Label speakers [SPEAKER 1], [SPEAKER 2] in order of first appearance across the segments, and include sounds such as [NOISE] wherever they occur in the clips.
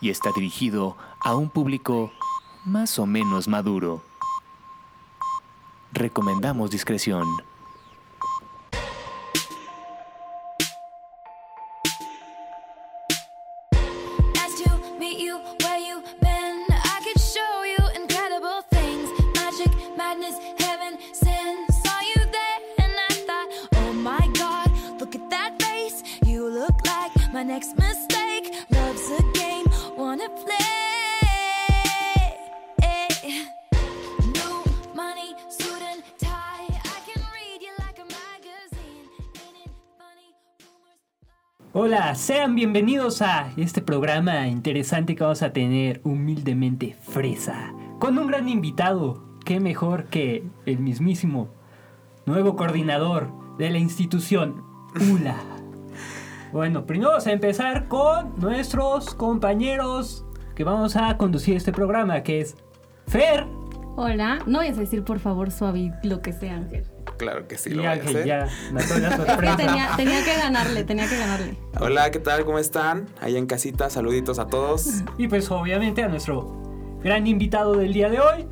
[SPEAKER 1] y está dirigido a un público más o menos maduro. Recomendamos discreción.
[SPEAKER 2] Nice to meet you where you been. I could show you incredible things. Magic, madness, heaven, sin. Saw you there and I thought, oh my god, look at that face. You look like my next mistake. Love's a game, wanna play. New money, suit and tie. I can read you like a magazine. Ain't it funny? Rumors.
[SPEAKER 3] Hola, sean bienvenidos a este programa interesante que vamos a tener humildemente fresa. Con un gran invitado, qué mejor que el mismísimo nuevo coordinador de la institución ULA. Bueno, primero vamos a empezar con nuestros compañeros que vamos a conducir este programa, que es Fer
[SPEAKER 4] Hola, no vayas a decir por favor suave lo que sea, Ángel.
[SPEAKER 5] Claro que sí,
[SPEAKER 3] y
[SPEAKER 5] lo voy a
[SPEAKER 3] Ángel.
[SPEAKER 5] hacer.
[SPEAKER 3] Ya mató la
[SPEAKER 4] Es que
[SPEAKER 3] sorpresa.
[SPEAKER 4] tenía, tenía que ganarle, tenía que
[SPEAKER 6] [LAUGHS]
[SPEAKER 4] ganarle.
[SPEAKER 5] Hola, ¿qué tal? ¿Cómo están? Ahí en casita, saluditos a
[SPEAKER 6] [LAUGHS]
[SPEAKER 5] todos.
[SPEAKER 3] Y pues obviamente a nuestro gran invitado del día de hoy,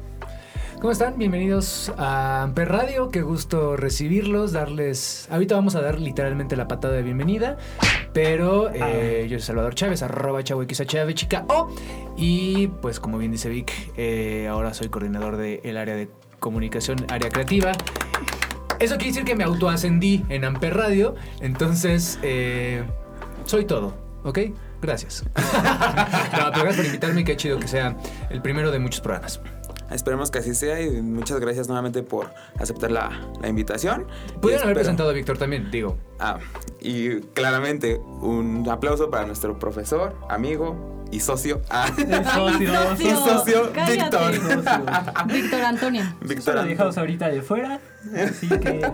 [SPEAKER 6] ¿Cómo están? Bienvenidos a Amper Radio. Qué gusto recibirlos, darles... Ahorita vamos a dar literalmente la patada de bienvenida, pero eh, yo soy Salvador Chávez, arroba chavo XHAV, chica O. Y pues como bien dice Vic, eh, ahora soy coordinador del área de comunicación, área creativa. Eso quiere decir que me autoascendí en Amper Radio, entonces eh, soy todo, ¿ok? Gracias. [LAUGHS] no, pero gracias por invitarme y qué chido que sea el primero de muchos programas.
[SPEAKER 5] Esperemos que así sea y muchas gracias nuevamente por aceptar la, la invitación. Y
[SPEAKER 6] Pudieron haber
[SPEAKER 5] espero-
[SPEAKER 6] presentado a Víctor también, digo.
[SPEAKER 5] Ah, y claramente un aplauso para nuestro profesor, amigo y socio. [LAUGHS] Ah,
[SPEAKER 3] el socio.
[SPEAKER 5] un socio,
[SPEAKER 4] cállate.
[SPEAKER 5] Víctor.
[SPEAKER 4] Víctor Antonio.
[SPEAKER 3] Eso
[SPEAKER 5] Víctor.
[SPEAKER 3] lo
[SPEAKER 5] Anto.
[SPEAKER 3] dejamos ahorita de fuera. Así que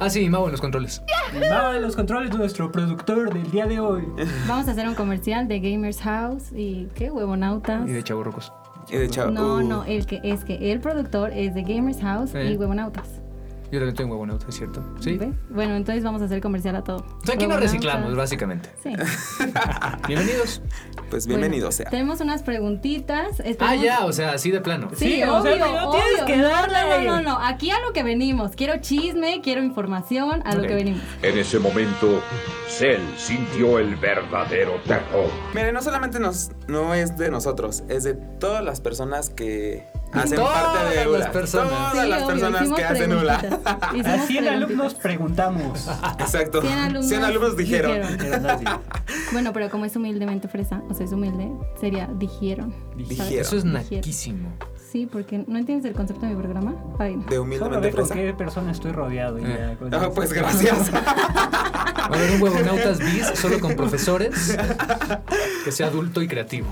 [SPEAKER 6] Ah, sí, Mau en los controles.
[SPEAKER 3] nada de los controles de nuestro productor del día de hoy.
[SPEAKER 4] Vamos a hacer un comercial de Gamers House y qué huevonautas.
[SPEAKER 6] Y de chaburrucos.
[SPEAKER 5] Y de hecho,
[SPEAKER 4] No,
[SPEAKER 5] uh,
[SPEAKER 4] no, el que es que el productor es de Gamers House
[SPEAKER 6] Eh.
[SPEAKER 4] y huevonautas.
[SPEAKER 6] Yo también tengo huevonauta, es cierto. Sí.
[SPEAKER 4] ¿Ve? Bueno, entonces vamos a hacer comercial a todo.
[SPEAKER 6] O sea, aquí nos
[SPEAKER 4] Huevonautas.
[SPEAKER 5] [LAUGHS]
[SPEAKER 6] reciclamos, básicamente. [LAUGHS]
[SPEAKER 4] Sí.
[SPEAKER 6] Bienvenidos.
[SPEAKER 5] Pues bienvenido
[SPEAKER 4] Bueno,
[SPEAKER 5] sea.
[SPEAKER 4] Tenemos unas preguntitas.
[SPEAKER 6] Ah,
[SPEAKER 4] esperemos-
[SPEAKER 6] ya, o sea, así de plano.
[SPEAKER 4] Sí,
[SPEAKER 3] Sí,
[SPEAKER 4] obvio,
[SPEAKER 3] o sea, no
[SPEAKER 4] obvio.
[SPEAKER 3] tienes que darle.
[SPEAKER 4] No, no, no, no. Aquí a lo que venimos. Quiero chisme, quiero información, a lo
[SPEAKER 6] Ok.
[SPEAKER 4] que venimos.
[SPEAKER 7] En ese momento, Cell sintió el verdadero terror.
[SPEAKER 5] Mire, no solamente nos, no es de nosotros, es de todas las personas que hacen
[SPEAKER 6] Todas
[SPEAKER 5] parte de
[SPEAKER 6] las
[SPEAKER 5] ULA.
[SPEAKER 6] personas.
[SPEAKER 5] Todas las
[SPEAKER 4] obvio,
[SPEAKER 5] personas
[SPEAKER 4] hicimos
[SPEAKER 5] que hacen ULA.
[SPEAKER 4] preguntitas.
[SPEAKER 5] [LAUGHS]
[SPEAKER 3] A
[SPEAKER 4] Hicimos
[SPEAKER 3] 100 alumnos
[SPEAKER 4] preguntitas.
[SPEAKER 3] preguntamos.
[SPEAKER 5] Exacto.
[SPEAKER 4] 100 alumnos,
[SPEAKER 5] 100 alumnos dijeron.
[SPEAKER 3] Pero nadie.
[SPEAKER 4] Bueno, pero como es humildemente fresa, o sea, es humilde, sería dijeron.
[SPEAKER 5] Dijeron.
[SPEAKER 6] Eso es naquísimo.
[SPEAKER 4] Sí, porque no entiendes el concepto de mi programa. Ay, no.
[SPEAKER 5] De
[SPEAKER 3] Solo
[SPEAKER 5] humildemente
[SPEAKER 3] ve con
[SPEAKER 5] fresa.
[SPEAKER 3] qué persona estoy rodeado. y ya, con
[SPEAKER 5] Ah,
[SPEAKER 3] eso.
[SPEAKER 5] pues gracias.
[SPEAKER 6] Va a haber un huevonautas bis solo con profesores. Que sea adulto y creativo.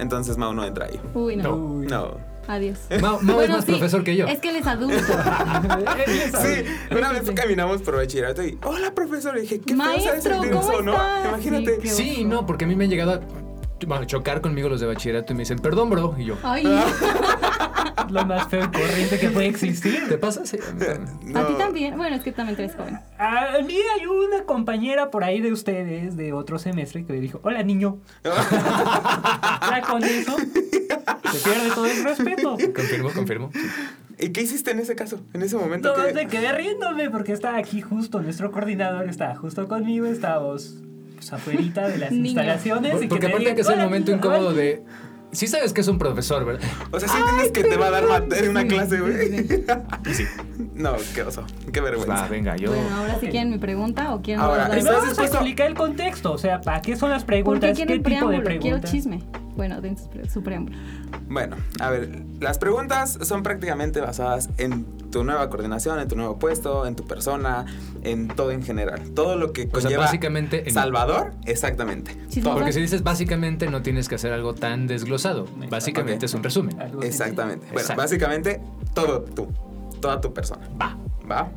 [SPEAKER 5] Entonces Mau no entra ahí.
[SPEAKER 4] Uy,
[SPEAKER 3] [LAUGHS]
[SPEAKER 4] no.
[SPEAKER 3] Uy. [LAUGHS]
[SPEAKER 5] No.
[SPEAKER 4] Adiós.
[SPEAKER 6] Mau, Mau es
[SPEAKER 4] Bueno,
[SPEAKER 6] más
[SPEAKER 4] sí,
[SPEAKER 6] profesor que yo.
[SPEAKER 4] Es que él es adulto.
[SPEAKER 5] Sí, una vez caminamos por bachillerato y hola profesor, y dije, qué feo se ha de
[SPEAKER 4] Maestro,
[SPEAKER 5] sentir
[SPEAKER 4] ¿cómo
[SPEAKER 5] eso, ¿no?
[SPEAKER 4] estás?
[SPEAKER 5] Imagínate.
[SPEAKER 4] Sí, qué-
[SPEAKER 6] Sí, no, porque a mí me han llegado a bueno, chocar conmigo los de bachillerato y me dicen, perdón, bro. Y yo,
[SPEAKER 4] Ay,
[SPEAKER 3] Lo más feo y corriente que puede existir.
[SPEAKER 6] ¿te pasa? Sí, a
[SPEAKER 5] [LAUGHS]
[SPEAKER 6] mí también.
[SPEAKER 4] a ti
[SPEAKER 5] No.
[SPEAKER 4] también. Bueno, es que también eres joven.
[SPEAKER 3] A mí hay una compañera por ahí de ustedes de otro semestre que me dijo, hola niño. [LAUGHS] Ya con eso se pierde todo el respeto.
[SPEAKER 6] Confirmo, confirmo. sí.
[SPEAKER 5] [LAUGHS] ¿Y qué hiciste en ese caso? En ese momento.
[SPEAKER 3] No,
[SPEAKER 5] ¿qué-
[SPEAKER 3] me quedé riéndome porque estaba aquí justo, nuestro coordinador estaba justo conmigo, estábamos pues, afuerita de las
[SPEAKER 4] Niño.
[SPEAKER 3] instalaciones. y
[SPEAKER 6] Porque
[SPEAKER 3] me
[SPEAKER 6] aparte
[SPEAKER 3] digan,
[SPEAKER 6] que es el
[SPEAKER 3] "Hola,
[SPEAKER 6] momento
[SPEAKER 3] niño,
[SPEAKER 6] incómodo
[SPEAKER 3] ay".
[SPEAKER 6] de... Sí sabes que es un profesor, ¿verdad?
[SPEAKER 5] O sea, sí entiendes que te va a dar materia una clase, güey.
[SPEAKER 6] Y sí.
[SPEAKER 5] [LAUGHS] No, qué oso. Qué
[SPEAKER 6] Pues
[SPEAKER 5] vergüenza.
[SPEAKER 6] va, venga, yo...
[SPEAKER 4] Bueno, ahora sí
[SPEAKER 3] Ok.
[SPEAKER 4] quieren mi pregunta o quieren guardar-
[SPEAKER 5] Ahora, ¿estás
[SPEAKER 3] Primero vamos a
[SPEAKER 5] dispuesto?
[SPEAKER 3] explicar el contexto, o sea, ¿para qué son las
[SPEAKER 4] ¿Por qué
[SPEAKER 3] preguntas? ¿Qué
[SPEAKER 4] quieren
[SPEAKER 3] tipo de
[SPEAKER 4] preámbulo? Quiero
[SPEAKER 3] preguntas?
[SPEAKER 4] chisme. Bueno, den su, pre- su preámbulo.
[SPEAKER 5] Bueno, a ver, las preguntas son prácticamente basadas en tu nueva coordinación, en tu nuevo puesto, en tu persona, en todo en general. Todo lo que
[SPEAKER 6] O sea,
[SPEAKER 5] conlleva
[SPEAKER 6] básicamente en-
[SPEAKER 5] Salvador, exactamente.
[SPEAKER 4] Chismosa.
[SPEAKER 6] Porque si dices básicamente no tienes que hacer algo tan desglosado. Básicamente
[SPEAKER 5] Ok.
[SPEAKER 6] es un resumen.
[SPEAKER 3] Algo
[SPEAKER 5] Exactamente. Bueno,
[SPEAKER 6] Exacto.
[SPEAKER 5] básicamente todo tú, toda tu persona. Va. Va.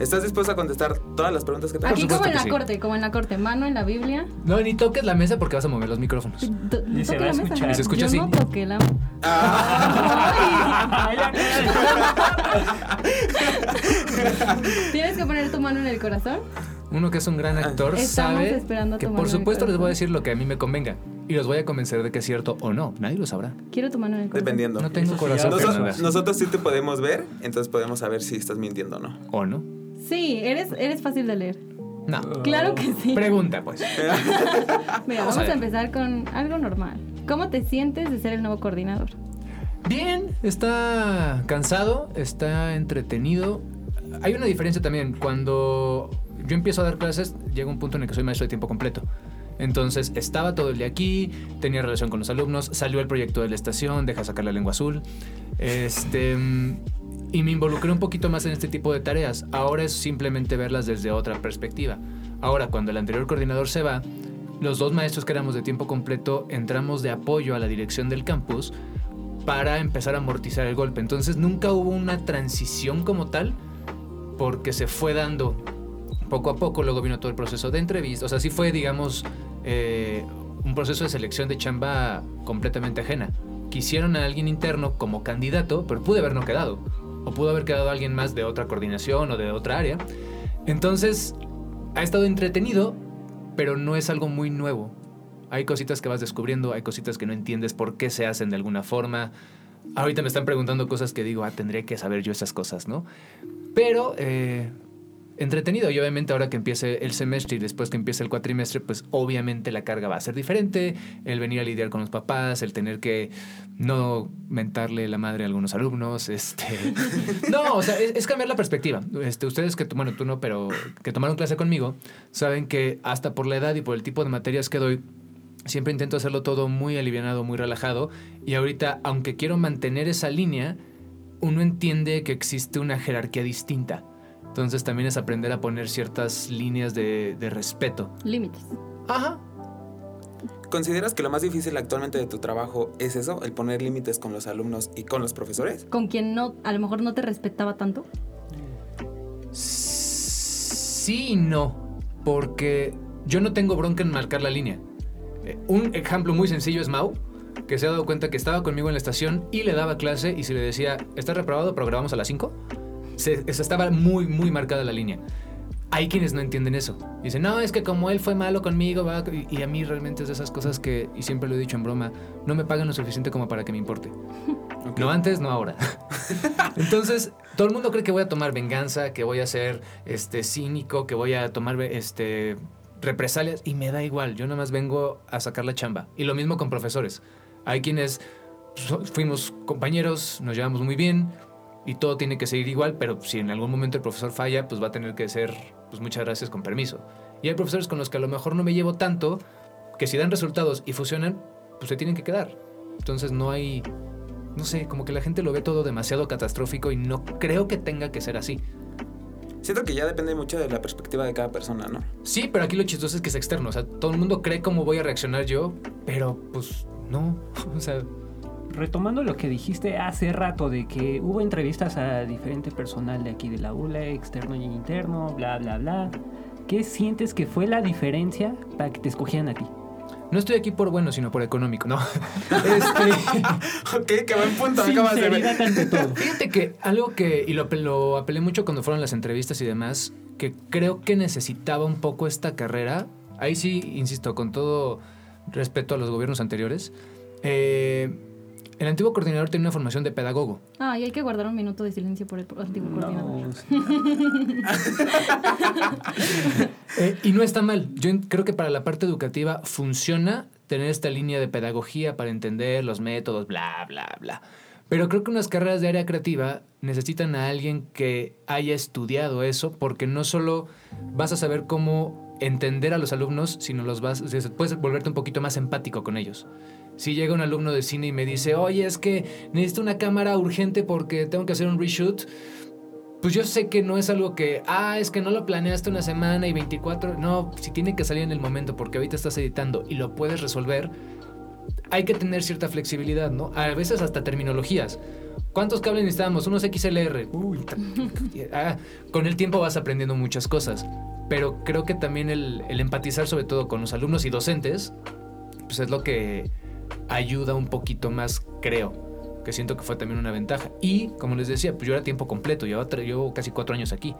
[SPEAKER 5] ¿Estás dispuesto a contestar todas las preguntas que te
[SPEAKER 4] Aquí como
[SPEAKER 6] supuesto
[SPEAKER 4] en
[SPEAKER 6] que
[SPEAKER 4] la
[SPEAKER 6] sí.
[SPEAKER 4] corte, como en la corte. Mano en la Biblia.
[SPEAKER 6] No, ni toques la mesa porque vas a mover los micrófonos.
[SPEAKER 4] To-
[SPEAKER 3] Y se
[SPEAKER 4] toque
[SPEAKER 3] va a
[SPEAKER 4] la mesa.
[SPEAKER 3] escuchar. Y se
[SPEAKER 6] escucha
[SPEAKER 4] Yo
[SPEAKER 6] así.
[SPEAKER 4] no toqué la...
[SPEAKER 3] [LAUGHS]
[SPEAKER 5] Ah.
[SPEAKER 3] Ay, ya, ya, ya.
[SPEAKER 4] Tienes que poner tu mano en el corazón.
[SPEAKER 6] Uno que es un gran actor
[SPEAKER 4] Estamos
[SPEAKER 6] sabe
[SPEAKER 4] esperando a
[SPEAKER 6] que
[SPEAKER 4] tomar
[SPEAKER 6] por
[SPEAKER 4] el
[SPEAKER 6] supuesto les voy a
[SPEAKER 4] corazón.
[SPEAKER 6] decir lo que a mí me convenga y los voy a convencer de que es cierto o no. Nadie lo sabrá.
[SPEAKER 4] Quiero tu mano en el corazón.
[SPEAKER 5] [LAUGHS] Dependiendo.
[SPEAKER 6] No
[SPEAKER 3] Eso
[SPEAKER 6] tengo
[SPEAKER 3] sí,
[SPEAKER 6] corazón.
[SPEAKER 3] ya.
[SPEAKER 6] Fernanda.
[SPEAKER 5] Nosotros, nosotros sí te podemos ver, entonces podemos saber si estás mintiendo o no.
[SPEAKER 1] ¿O no?
[SPEAKER 4] Sí, eres, eres fácil de leer.
[SPEAKER 6] No.
[SPEAKER 4] Claro que sí.
[SPEAKER 6] Pregunta, pues.
[SPEAKER 4] Mira, vamos
[SPEAKER 6] Vamos a
[SPEAKER 4] a,
[SPEAKER 6] ver.
[SPEAKER 4] empezar con algo normal. ¿Cómo te sientes de ser el nuevo coordinador?
[SPEAKER 6] Bien, está cansado, está entretenido. Hay una diferencia también. Cuando yo empiezo a dar clases, llega un punto en el que soy maestro de tiempo completo. Entonces estaba todo el día aquí, tenía relación con los alumnos, salió el proyecto de la estación, deja sacar la lengua azul. Este. mm, Y me involucré un poquito más en este tipo de tareas. Ahora es simplemente verlas desde otra perspectiva. Ahora, cuando el anterior coordinador se va, los dos maestros que éramos de tiempo completo entramos de apoyo a la dirección del campus para empezar a amortizar el golpe. Entonces nunca hubo una transición como tal porque se fue dando poco a poco. Luego vino todo el proceso de entrevista. O sea, sí fue, digamos, eh, un proceso de selección de chamba completamente ajena. Quisieron a alguien interno como candidato, pero pude haber no quedado. O pudo haber quedado alguien más de otra coordinación o de otra área. Entonces, ha estado entretenido, pero no es algo muy nuevo. Hay cositas que vas descubriendo, hay cositas que no entiendes por qué se hacen de alguna forma. Ahorita me están preguntando cosas que digo, ah, tendría que saber yo esas cosas, ¿no? Pero eh, entretenido y obviamente ahora que empiece el semestre y después que empiece el cuatrimestre, pues obviamente la carga va a ser diferente, el venir a lidiar con los papás, el tener que no mentarle la madre a algunos alumnos, este... No, o sea, es, es cambiar la perspectiva. Este, ustedes que, tomaron tú no, pero que tomaron clase conmigo, saben que hasta por la edad y por el tipo de materias que doy, siempre intento hacerlo todo muy alivianado, muy relajado. Y ahorita, aunque quiero mantener esa línea, uno entiende que existe una jerarquía distinta. Entonces también es aprender a poner ciertas líneas de, de respeto.
[SPEAKER 4] Límites.
[SPEAKER 6] Ajá.
[SPEAKER 5] ¿Consideras que lo más difícil actualmente de tu trabajo es eso, el poner límites con los alumnos y con los profesores?
[SPEAKER 4] Con quien no, a lo mejor no te respetaba tanto.
[SPEAKER 6] Sí y no, porque yo no tengo bronca en marcar la línea. Eh, Un ejemplo muy sencillo es Mau, que se ha dado cuenta que estaba conmigo en la estación y le daba clase y si le decía, está reprobado, pero grabamos a las 5, se, se estaba muy, muy marcada la línea. Hay quienes no entienden eso. Dicen, no, es que como él fue malo conmigo, va", y- y a mí realmente es de esas cosas que, y siempre lo he dicho en broma, no me pagan lo suficiente como para que me importe. No antes, no ahora. Entonces, todo el mundo cree que voy a tomar venganza, que voy a ser este, cínico, que voy a tomar este, represalias, y me da igual. Yo nada más vengo a sacar la chamba. Y lo mismo con profesores. Hay quienes so- fuimos compañeros, nos llevamos muy bien, y todo tiene que seguir igual, pero si en algún momento el profesor falla, pues va a tener que ser, pues muchas gracias con permiso. Y hay profesores con los que a lo mejor no me llevo tanto, que si dan resultados y fusionan, pues se tienen que quedar. Entonces no hay no sé, como que la gente lo ve todo demasiado catastrófico y no creo que tenga que ser así.
[SPEAKER 5] Siento que ya depende mucho de la perspectiva de cada persona, ¿no? [LAUGHS]
[SPEAKER 6] Sí, pero aquí lo chistoso es que es externo. O sea, todo el mundo cree cómo voy a reaccionar yo, pero pues no. [LAUGHS] O sea,
[SPEAKER 3] Retomando lo que dijiste hace rato de que hubo entrevistas a diferente personal de aquí de la ULA, externo y interno, bla, bla, bla. ¿Qué sientes que fue la diferencia para que te escogieran a ti?
[SPEAKER 6] no estoy aquí por bueno, sino por económico, ¿no? [LAUGHS] Este,
[SPEAKER 5] ok, qué buen punto, me acabas de ver.
[SPEAKER 3] Sinceridad ante [LAUGHS] todo.
[SPEAKER 6] fíjate que algo que, y lo, lo apelé mucho cuando fueron las entrevistas y demás, que creo que necesitaba un poco esta carrera, ahí sí, insisto, con todo respeto a los gobiernos anteriores, eh, el antiguo coordinador tenía una formación de pedagogo.
[SPEAKER 4] Ah, y hay que guardar un minuto de silencio por el pro- antiguo coordinador.
[SPEAKER 3] No,
[SPEAKER 6] Eh, y no está mal. Yo en- creo que para la parte educativa funciona tener esta línea de pedagogía para entender los métodos, bla, bla, bla. Pero creo que unas carreras de área creativa necesitan a alguien que haya estudiado eso, porque no solo vas a saber cómo entender a los alumnos, sino los vas, o sea, puedes volverte un poquito más empático con ellos. Si llega un alumno de cine y me dice, oye, es que necesito una cámara urgente porque tengo que hacer un reshoot, pues yo sé que no es algo que, ah, es que no lo planeaste una semana y 24. No, si tiene que salir en el momento porque ahorita estás editando y lo puedes resolver, hay que tener cierta flexibilidad, ¿no? A veces hasta terminologías. ¿Cuántos cables necesitamos? Unos XLR. Uy, ta- [LAUGHS] ah, con el tiempo vas aprendiendo muchas cosas. Pero creo que también el, el empatizar, sobre todo con los alumnos y docentes, pues es lo que ayuda un poquito más, creo. Que siento que fue también una ventaja. Y, como les decía, pues yo era tiempo completo. Llevo, llevo casi cuatro años aquí.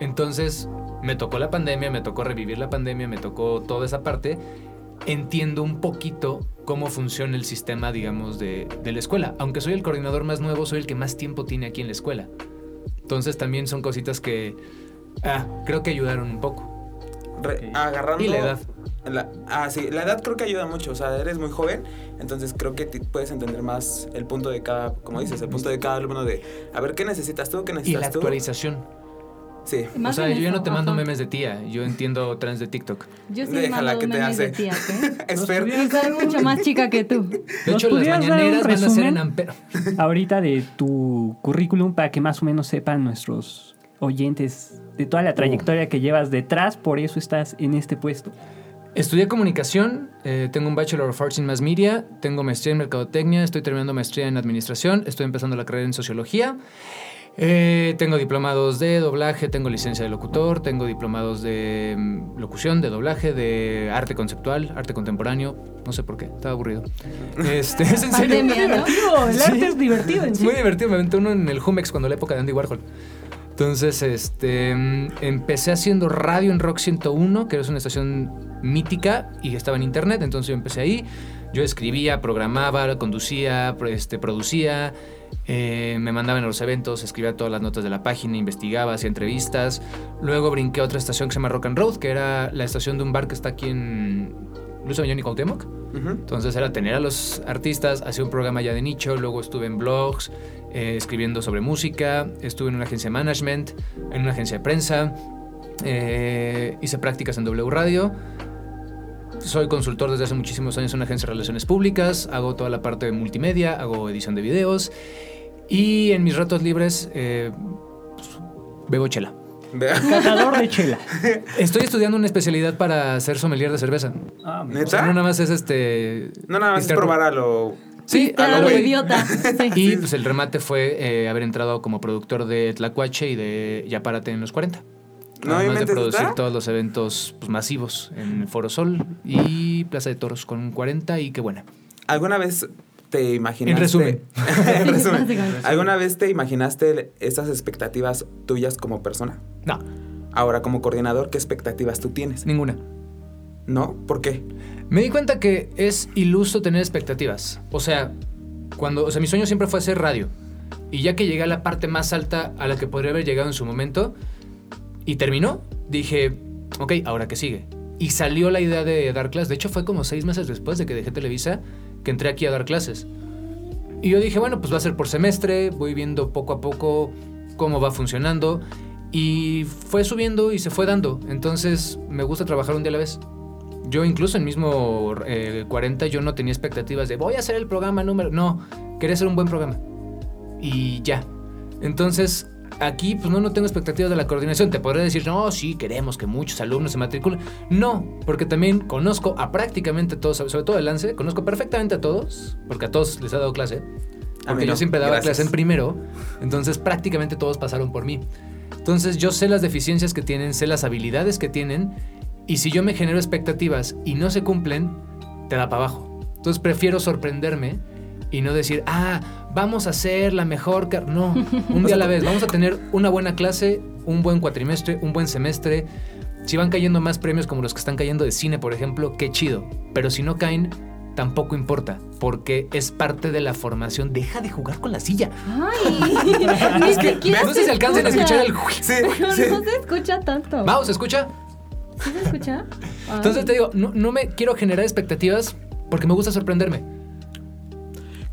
[SPEAKER 6] Entonces, me tocó la pandemia, me tocó revivir la pandemia, me tocó toda esa parte. Entiendo un poquito cómo funciona el sistema, digamos, de, de la escuela. Aunque soy el coordinador más nuevo, soy el que más tiempo tiene aquí en la escuela. Entonces, también son cositas que ah, creo que ayudaron un poco.
[SPEAKER 5] Re- agarrando
[SPEAKER 6] Y la edad.
[SPEAKER 5] la- ah, sí, la edad creo que ayuda mucho, o sea, eres muy joven, entonces creo que te puedes entender más el punto de cada, como dices, el punto de cada alumno de, a ver, ¿qué necesitas tú? ¿Qué
[SPEAKER 6] Y la
[SPEAKER 5] necesitas tú?
[SPEAKER 6] actualización.
[SPEAKER 5] Sí.
[SPEAKER 4] Más
[SPEAKER 6] o sea,
[SPEAKER 4] bien
[SPEAKER 6] yo ya
[SPEAKER 4] eso,
[SPEAKER 6] no te mando
[SPEAKER 4] ajá.
[SPEAKER 6] memes de tía, yo entiendo trans de TikTok.
[SPEAKER 4] Yo sí le
[SPEAKER 5] Déjala
[SPEAKER 4] mando
[SPEAKER 5] que te
[SPEAKER 4] memes
[SPEAKER 5] hace.
[SPEAKER 4] de tía,
[SPEAKER 5] [LAUGHS]
[SPEAKER 4] ¿ok?
[SPEAKER 6] [LAUGHS]
[SPEAKER 5] Esper,
[SPEAKER 3] pudieras dar
[SPEAKER 4] Soy
[SPEAKER 3] un-
[SPEAKER 4] mucho más chica que tú.
[SPEAKER 6] De
[SPEAKER 3] ¿Nos
[SPEAKER 6] hecho, las
[SPEAKER 3] pudieras dar un
[SPEAKER 6] mañaneras van a ser
[SPEAKER 3] resumen?
[SPEAKER 6] en ampero.
[SPEAKER 3] ahorita de tu currículum para que más o menos sepan nuestros oyentes de toda la trayectoria que llevas detrás, por eso estás en este puesto.
[SPEAKER 6] Estudié comunicación, eh, tengo un Bachelor of Arts en Mass Media, tengo maestría en Mercadotecnia, estoy terminando maestría en Administración, estoy empezando la carrera en Sociología, eh, tengo diplomados de doblaje, tengo licencia de locutor, tengo diplomados de mm, locución, de doblaje, de arte conceptual, arte contemporáneo, no sé por qué, estaba aburrido. Este, es en serio.
[SPEAKER 4] Pandemia, ¿no?
[SPEAKER 3] Divertido, el
[SPEAKER 6] Sí.
[SPEAKER 3] arte es divertido en [LAUGHS]
[SPEAKER 6] Es
[SPEAKER 3] sí.
[SPEAKER 6] muy divertido, me aventé uno en el Humex cuando la época de Andy Warhol. Entonces, este, mm, empecé haciendo radio en Rock 101, que es una estación mítica y que estaba en internet, entonces yo empecé ahí. Yo escribía, programaba, conducía, pro- este, producía, eh, me mandaban a los eventos, escribía todas las notas de la página, investigaba, hacía entrevistas. Luego brinqué a otra estación que se llama Rock and Road, que era la estación de un bar que está aquí en Luz Avellón y Cuauhtémoc.
[SPEAKER 5] Ujú.
[SPEAKER 6] Entonces era tener a los artistas, hacía un programa ya de nicho, luego estuve en blogs, eh, escribiendo sobre música, estuve en una agencia de management, en una agencia de prensa, eh, hice prácticas en W Radio, soy consultor desde hace muchísimos años en una agencia de relaciones públicas, hago toda la parte de multimedia, hago edición de videos y en mis ratos libres eh, pues, bebo chela.
[SPEAKER 5] Ve-
[SPEAKER 3] Catador de chela.
[SPEAKER 6] Estoy estudiando una especialidad para ser sommelier de cerveza.
[SPEAKER 3] Ah, mira.
[SPEAKER 6] O sea,
[SPEAKER 5] ¿Neta?
[SPEAKER 6] no nada más es este...
[SPEAKER 5] [LAUGHS] No, nada más es
[SPEAKER 6] interpre-
[SPEAKER 5] probar a lo...
[SPEAKER 6] Sí, a lo
[SPEAKER 4] Claro,
[SPEAKER 6] güey.
[SPEAKER 4] idiota. [LAUGHS] Sí.
[SPEAKER 5] [LAUGHS]
[SPEAKER 6] Y pues el remate fue eh, haber entrado como productor de Tlacuache y de Ya Párate en los 40.
[SPEAKER 5] No me
[SPEAKER 6] Además de
[SPEAKER 5] inventes,
[SPEAKER 6] producir
[SPEAKER 5] ¿está?
[SPEAKER 6] todos los eventos pues, masivos en Foro Sol y Plaza de Toros con 40 y qué buena.
[SPEAKER 5] ¿Alguna vez te imaginaste... [LAUGHS]
[SPEAKER 6] En resumen.
[SPEAKER 5] en
[SPEAKER 6] [LAUGHS]
[SPEAKER 5] resumen.
[SPEAKER 4] básicamente.
[SPEAKER 5] ¿Alguna vez te imaginaste esas expectativas tuyas como persona?
[SPEAKER 6] No,
[SPEAKER 5] Ahora, como coordinador, ¿qué expectativas tú tienes?
[SPEAKER 6] ninguna.
[SPEAKER 5] ¿No? ¿Por qué?
[SPEAKER 6] Me di cuenta que es iluso tener expectativas. O sea, cuando, o sea, mi sueño siempre fue hacer radio. Y ya que llegué a la parte más alta a la que podría haber llegado en su momento y terminó, dije, ok, ahora que sigue. Y salió la idea de dar clases. De hecho, fue como seis meses después de que dejé Televisa que entré aquí a dar clases. Y yo dije, bueno, pues va a ser por semestre, voy viendo poco a poco cómo va funcionando. Y fue subiendo y se fue dando. Entonces, me gusta trabajar un día a la vez. Yo incluso en mismo eh, 40 yo no tenía expectativas de voy a hacer el programa número... No, quería hacer un buen programa. Y ya. Entonces, aquí pues no, no tengo expectativas de la coordinación. Te podría decir, no, sí, queremos que muchos alumnos se matriculen. No, porque también conozco a prácticamente todos, sobre todo el Lance, conozco perfectamente a todos, porque a todos les he dado clase.
[SPEAKER 5] A mí
[SPEAKER 6] Porque
[SPEAKER 5] no,
[SPEAKER 6] yo siempre daba
[SPEAKER 5] gracias.
[SPEAKER 6] clase en primero, entonces prácticamente todos pasaron por mí. Entonces yo sé las deficiencias que tienen, sé las habilidades que tienen, y si yo me genero expectativas y no se cumplen, te da para abajo. Entonces prefiero sorprenderme y no decir, ah, vamos a hacer la mejor. car-". No,
[SPEAKER 5] [LAUGHS]
[SPEAKER 6] un día a la vez. Vamos a tener una buena clase, un buen cuatrimestre, un buen semestre. Si van cayendo más premios como los que están cayendo de cine, por ejemplo, qué chido. Pero si no caen, tampoco importa, porque es parte de la formación. Deja de jugar con la silla.
[SPEAKER 4] Ay, [LAUGHS] ni siquiera
[SPEAKER 6] No sé si alcancen a
[SPEAKER 4] escucha.
[SPEAKER 6] escuchar el. [LAUGHS]
[SPEAKER 5] [LAUGHS] Sí,
[SPEAKER 4] No,
[SPEAKER 5] sí.
[SPEAKER 4] no se escucha tanto.
[SPEAKER 6] Mau, ¿se escucha?
[SPEAKER 4] ¿Sí se escucha? Ay.
[SPEAKER 6] Entonces te digo, no, no me quiero generar expectativas porque me gusta sorprenderme.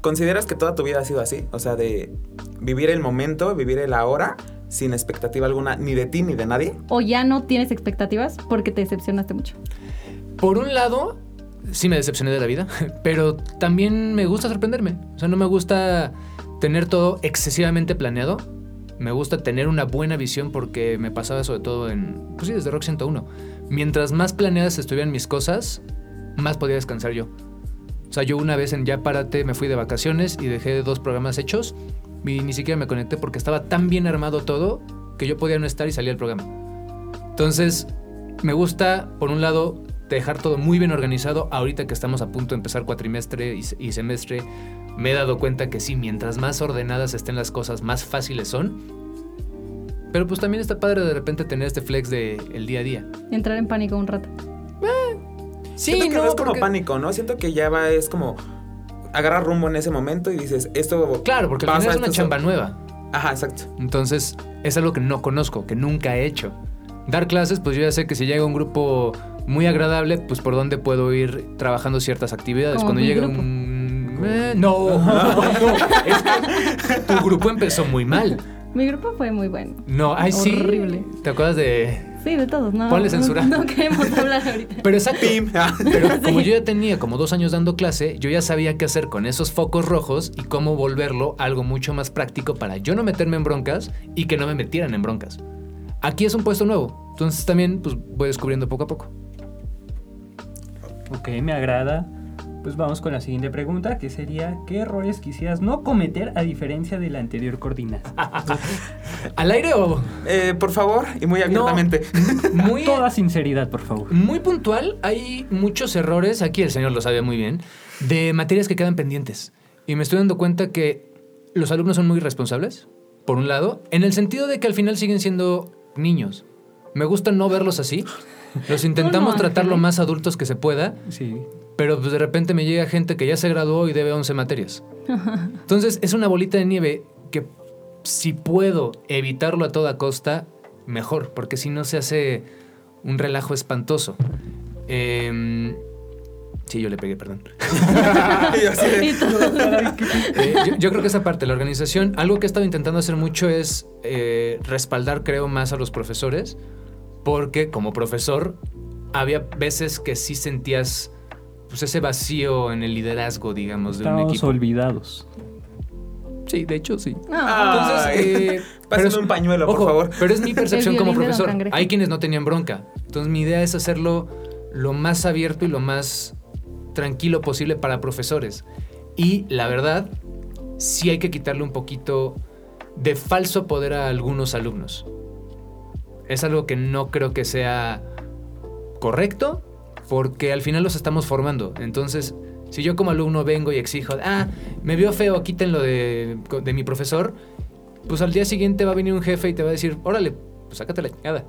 [SPEAKER 5] ¿Consideras que toda tu vida ha sido así? O sea, de vivir el momento, vivir el ahora, sin expectativa alguna, ni de ti ni de nadie.
[SPEAKER 4] O ya no tienes expectativas porque te decepcionaste mucho.
[SPEAKER 6] Por un lado, sí me decepcioné de la vida, [LAUGHS] pero también me gusta sorprenderme. O sea, no me gusta tener todo excesivamente planeado. Me gusta tener una buena visión porque me pasaba sobre todo en, pues sí, desde Rock 101. Mientras más planeadas estuvieran mis cosas, más podía descansar yo. O sea, yo una vez en Ya Párate me fui de vacaciones y dejé dos programas hechos y ni siquiera me conecté porque estaba tan bien armado todo que yo podía no estar y salía el programa. Entonces, me gusta, por un lado, dejar todo muy bien organizado. Ahorita que estamos a punto de empezar cuatrimestre y, y semestre, me he dado cuenta que sí, mientras más ordenadas estén las cosas, más fáciles son. Pero pues también está padre de repente tener este flex de el día a día.
[SPEAKER 4] Entrar en pánico un rato.
[SPEAKER 6] Sí,
[SPEAKER 5] Siento que no es como
[SPEAKER 6] porque-
[SPEAKER 5] pánico, ¿no? Siento que ya va, es como agarrar rumbo en ese momento y dices, esto
[SPEAKER 6] Claro, porque al
[SPEAKER 5] pasa,
[SPEAKER 6] final es una
[SPEAKER 5] esto
[SPEAKER 6] chamba nueva.
[SPEAKER 5] Ajá, exacto. [LAUGHS]
[SPEAKER 6] Entonces, es algo que no conozco, que nunca he hecho. Dar clases, pues yo ya sé que si llega un grupo muy agradable, pues por dónde puedo ir trabajando ciertas actividades.
[SPEAKER 4] Como
[SPEAKER 6] Cuando
[SPEAKER 4] mi
[SPEAKER 6] llega
[SPEAKER 4] grupo.
[SPEAKER 6] un... eh, no, [LAUGHS] no, es que tu grupo empezó muy mal.
[SPEAKER 4] Mi grupo fue muy bueno.
[SPEAKER 6] No, ay sí.
[SPEAKER 4] Horrible.
[SPEAKER 6] ¿Te acuerdas de...?
[SPEAKER 4] Sí, de todos, ¿no?
[SPEAKER 6] Ponle censura.
[SPEAKER 4] No, no queremos
[SPEAKER 6] [LAUGHS]
[SPEAKER 4] hablar ahorita.
[SPEAKER 6] Pero exacto.
[SPEAKER 5] Ah,
[SPEAKER 6] Pero como yo ya tenía como dos años dando clase, yo ya sabía qué hacer con esos focos rojos y cómo volverlo algo mucho más práctico para yo no meterme en broncas y que no me metieran en broncas. Aquí es un puesto nuevo, entonces también pues voy descubriendo poco a poco.
[SPEAKER 3] Ok, me agrada. Pues vamos con la siguiente pregunta, que sería, ¿qué errores quisieras no cometer a diferencia de la anterior coordinada?
[SPEAKER 6] Al aire o
[SPEAKER 5] eh, por favor, y muy abiertamente. [LAUGHS]
[SPEAKER 6] muy
[SPEAKER 3] Toda sinceridad, por favor.
[SPEAKER 6] muy puntual, hay muchos errores, aquí el señor lo sabe muy bien, de materias que quedan pendientes. Y me estoy dando cuenta que los alumnos son muy responsables, por un lado, en el sentido de que al final siguen siendo niños. Me gusta no verlos así. Los
[SPEAKER 4] [LAUGHS]
[SPEAKER 6] intentamos
[SPEAKER 4] no,
[SPEAKER 6] tratar lo
[SPEAKER 4] Ángel.
[SPEAKER 6] más adultos que se pueda,
[SPEAKER 3] Sí.
[SPEAKER 6] pero pues de repente me llega gente que ya se graduó y debe 11 materias. Entonces es una bolita de nieve que si puedo evitarlo a toda costa, mejor, porque si no se hace un relajo espantoso. Em, sí, yo le pegué, perdón.
[SPEAKER 5] Y yo así
[SPEAKER 6] [LAUGHS]
[SPEAKER 5] de-
[SPEAKER 4] Y todos-
[SPEAKER 6] Eh, yo, yo creo que esa parte, la organización, algo que he estado intentando hacer mucho es eh, respaldar, creo, más a los profesores, porque como profesor había veces que sí sentías pues, ese vacío en el liderazgo, digamos, de un
[SPEAKER 3] Estamos
[SPEAKER 6] equipo.
[SPEAKER 3] olvidados.
[SPEAKER 6] Sí, de hecho, sí.
[SPEAKER 4] No.
[SPEAKER 5] Ah,
[SPEAKER 6] Entonces, eh,
[SPEAKER 5] Pásenme
[SPEAKER 6] es-
[SPEAKER 5] un pañuelo, por
[SPEAKER 6] ojo,
[SPEAKER 5] favor.
[SPEAKER 6] Pero
[SPEAKER 5] [LAUGHS]
[SPEAKER 6] es mi percepción
[SPEAKER 4] El
[SPEAKER 6] como
[SPEAKER 4] violín de Don
[SPEAKER 6] profesor.
[SPEAKER 4] Cangrejo.
[SPEAKER 6] Hay quienes no tenían bronca. Entonces, mi idea es hacerlo lo más abierto y lo más tranquilo posible para profesores. Y la verdad, sí hay que quitarle un poquito de falso poder a algunos alumnos. Es algo que no creo que sea correcto, porque al final los estamos formando. Entonces, si yo como alumno vengo y exijo, ah, me vio feo, quítenlo de, de mi profesor, pues al día siguiente va a venir un jefe y te va a decir, órale, pues sácate la chingada,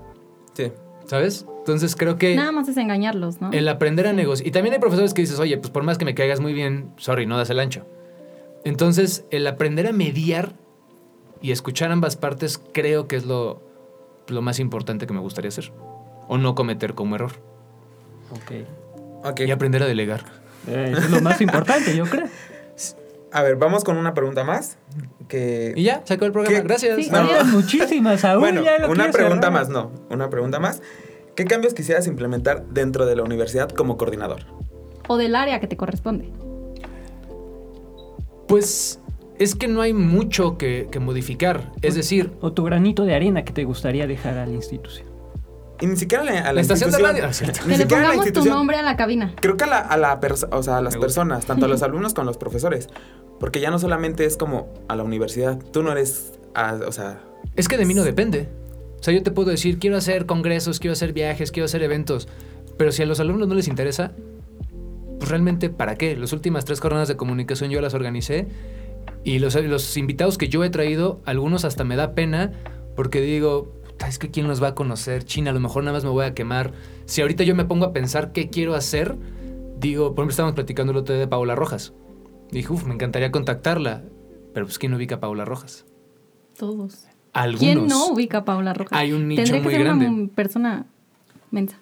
[SPEAKER 5] Sí.
[SPEAKER 6] ¿sabes? Entonces creo que
[SPEAKER 4] Nada más es engañarlos, ¿no?
[SPEAKER 6] el aprender a negociar, y también hay profesores que dices, oye, pues por más que me caigas muy bien, sorry, no das el ancho. Entonces, el aprender a mediar y escuchar ambas partes creo que es lo, lo más importante que me gustaría hacer. O no cometer como error.
[SPEAKER 3] Ok.
[SPEAKER 5] Ok.
[SPEAKER 6] Y aprender a delegar.
[SPEAKER 3] Eh, eso es lo más importante, yo creo.
[SPEAKER 5] A ver, vamos con una pregunta más. Que...
[SPEAKER 6] Y ya, se acabó el programa.
[SPEAKER 5] ¿Qué?
[SPEAKER 6] Gracias.
[SPEAKER 4] Sí,
[SPEAKER 5] No.
[SPEAKER 3] Había muchísimas aún.
[SPEAKER 5] bueno,
[SPEAKER 3] ya lo
[SPEAKER 5] una
[SPEAKER 3] quiero
[SPEAKER 5] pregunta
[SPEAKER 3] cerrar.
[SPEAKER 5] más, no. Una pregunta más. ¿Qué cambios quisieras implementar dentro de la universidad como coordinador?
[SPEAKER 4] O del área que te corresponde.
[SPEAKER 6] Pues es que no hay mucho que, que modificar. Es decir,
[SPEAKER 3] O tu granito de arena que te gustaría dejar a la institución.
[SPEAKER 5] Y ni siquiera a la, a
[SPEAKER 6] la estación de
[SPEAKER 5] institución.
[SPEAKER 6] radio. Ah, cierto.
[SPEAKER 5] Ni
[SPEAKER 4] Que le
[SPEAKER 5] siquiera a la
[SPEAKER 4] pongamos tu
[SPEAKER 5] institución.
[SPEAKER 4] nombre a la cabina.
[SPEAKER 5] Creo que a, la, a, la perso- o sea, a las
[SPEAKER 6] Me gusta.
[SPEAKER 5] personas, tanto a
[SPEAKER 4] [LAUGHS]
[SPEAKER 5] los alumnos como a los profesores. Porque ya no solamente es como a la universidad. Tú no eres. ah, o sea.
[SPEAKER 6] Es que de mí no depende. O sea, yo te puedo decir, quiero hacer congresos, quiero hacer viajes, quiero hacer eventos. Pero si a los alumnos no les interesa, pues realmente, ¿para qué? Las últimas tres jornadas de comunicación yo las organicé y los, los invitados que yo he traído, algunos hasta me da pena porque digo, "Puta, es que quién los va a conocer, China, a lo mejor nada más me voy a quemar. Si ahorita yo me pongo a pensar qué quiero hacer, digo, por ejemplo, estábamos platicando el otro día de Paola Rojas. Dije, uff, me encantaría contactarla, pero pues ¿quién ubica a Paola Rojas?
[SPEAKER 4] Todos.
[SPEAKER 6] Algunos.
[SPEAKER 4] ¿Quién no ubica a Paula Rojas?
[SPEAKER 6] Hay un nicho
[SPEAKER 4] Tendría que
[SPEAKER 6] muy
[SPEAKER 4] ser
[SPEAKER 6] grande.
[SPEAKER 4] una persona
[SPEAKER 6] [LAUGHS]
[SPEAKER 4] mensa.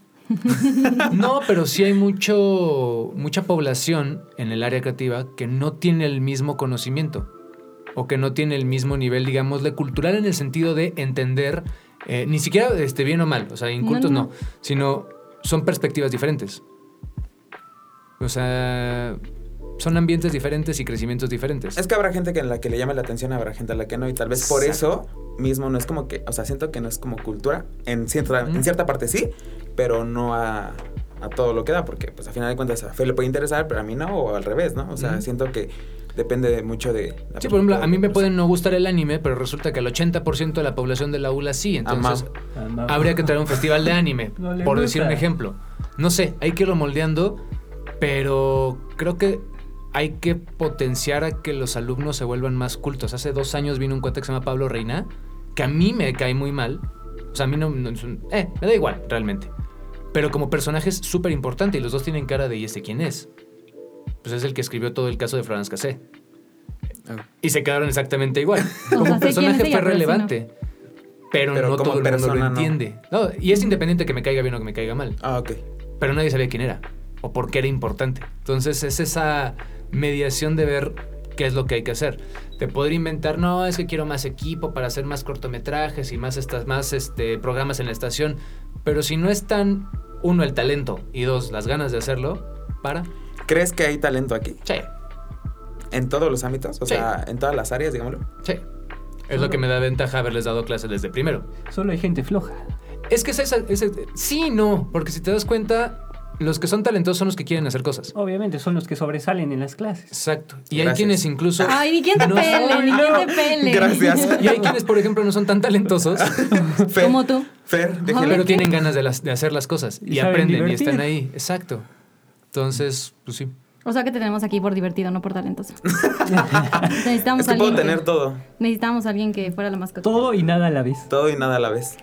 [SPEAKER 6] No, pero sí hay mucho, mucha población en el área creativa que no tiene el mismo conocimiento o que no tiene el mismo nivel, digamos, de cultural en el sentido de entender, eh, ni siquiera este, bien o mal, o sea, incultos no,
[SPEAKER 4] No, no.
[SPEAKER 6] sino son perspectivas diferentes. O sea, son ambientes diferentes y crecimientos diferentes.
[SPEAKER 5] Es que habrá gente que en la que le llame la atención, habrá gente a la que no, y tal vez por eso mismo no es como que, o sea, siento que no es como cultura, en cierta, en cierta parte sí, pero no a, a todo lo que da, porque pues a final de cuentas a Fe le puede interesar, pero a mí no, o al revés, ¿no? O sea,
[SPEAKER 6] Ujú.
[SPEAKER 5] siento que depende de- mucho de... la
[SPEAKER 6] Sí, por ejemplo,
[SPEAKER 5] persona.
[SPEAKER 6] a mí me puede no gustar el anime, pero resulta que el 80% de la población de la ULA sí, entonces
[SPEAKER 5] Amam.
[SPEAKER 3] Amam.
[SPEAKER 6] habría que traer un festival de anime,
[SPEAKER 3] No le
[SPEAKER 6] por decir un
[SPEAKER 3] gusta.
[SPEAKER 6] ejemplo. No sé, hay que irlo moldeando, pero creo que hay que potenciar a que los alumnos se vuelvan más cultos. Hace dos años vino un cuate que se llama Pablo Reina, que a mí me cae muy mal. O sea, a mí no... no es un- eh, me da igual, realmente. Pero como personaje es súper importante y los dos tienen cara de ¿y este quién es? Pues es el que escribió todo el caso de Franz Cassé. Y se quedaron
[SPEAKER 4] [LAUGHS]
[SPEAKER 6] exactamente igual.
[SPEAKER 4] Ah. sé quién
[SPEAKER 6] Como
[SPEAKER 4] es
[SPEAKER 6] personaje
[SPEAKER 4] ella,
[SPEAKER 6] fue
[SPEAKER 4] pero eso
[SPEAKER 6] relevante. Pero,
[SPEAKER 5] Pero
[SPEAKER 6] no
[SPEAKER 5] como
[SPEAKER 6] todo el mundo lo
[SPEAKER 5] persona, no.
[SPEAKER 6] entiende. No, y es independiente que me caiga bien o que me caiga mal.
[SPEAKER 5] Ah, ok.
[SPEAKER 6] Pero nadie sabía quién era o por qué era importante. Entonces es esa mediación de ver qué es lo que hay que hacer. Te podría inventar, no, es que quiero más equipo para hacer más cortometrajes y más, estas, más este, programas en la estación. Pero si no están, uno, el talento y dos, las ganas de hacerlo, para.
[SPEAKER 5] ¿Crees que hay talento aquí?
[SPEAKER 6] Sí,
[SPEAKER 5] ¿En todos los ámbitos? O
[SPEAKER 6] Sí.
[SPEAKER 5] sea, en todas las áreas, digámoslo.
[SPEAKER 6] sí. Es lo que me da ventaja haberles dado clases desde primero.
[SPEAKER 3] Solo hay gente floja.
[SPEAKER 6] Es que es esa, es ese- sí, y no, porque si te das cuenta, los que son talentosos son los que quieren hacer cosas.
[SPEAKER 3] Obviamente son los que sobresalen en las clases.
[SPEAKER 6] Exacto. Y hay
[SPEAKER 5] Gracias.
[SPEAKER 6] quienes incluso.
[SPEAKER 4] Ay, ni quién te
[SPEAKER 6] no-
[SPEAKER 4] pele, ni quién te pele.
[SPEAKER 5] Gracias.
[SPEAKER 4] [LAUGHS]
[SPEAKER 6] [LAUGHS] Y hay quienes, por ejemplo, no son tan talentosos,
[SPEAKER 5] [LAUGHS] Fer,
[SPEAKER 4] Como tú.
[SPEAKER 5] Fer,
[SPEAKER 4] Ay,
[SPEAKER 5] déjelo.
[SPEAKER 6] pero tienen ganas de, las- de hacer las cosas
[SPEAKER 3] Y
[SPEAKER 6] y,
[SPEAKER 3] saben
[SPEAKER 6] aprenden
[SPEAKER 3] divertir.
[SPEAKER 6] y están ahí. Exacto. Entonces, pues sí.
[SPEAKER 4] O sea que te tenemos aquí por divertido, no por talentoso. Necesitamos
[SPEAKER 5] Es que
[SPEAKER 4] alguien
[SPEAKER 5] puedo tener
[SPEAKER 4] que-
[SPEAKER 5] todo,
[SPEAKER 4] Necesitamos alguien que fuera la mascota.
[SPEAKER 3] Todo y nada a la vez.
[SPEAKER 5] todo y nada a la vez.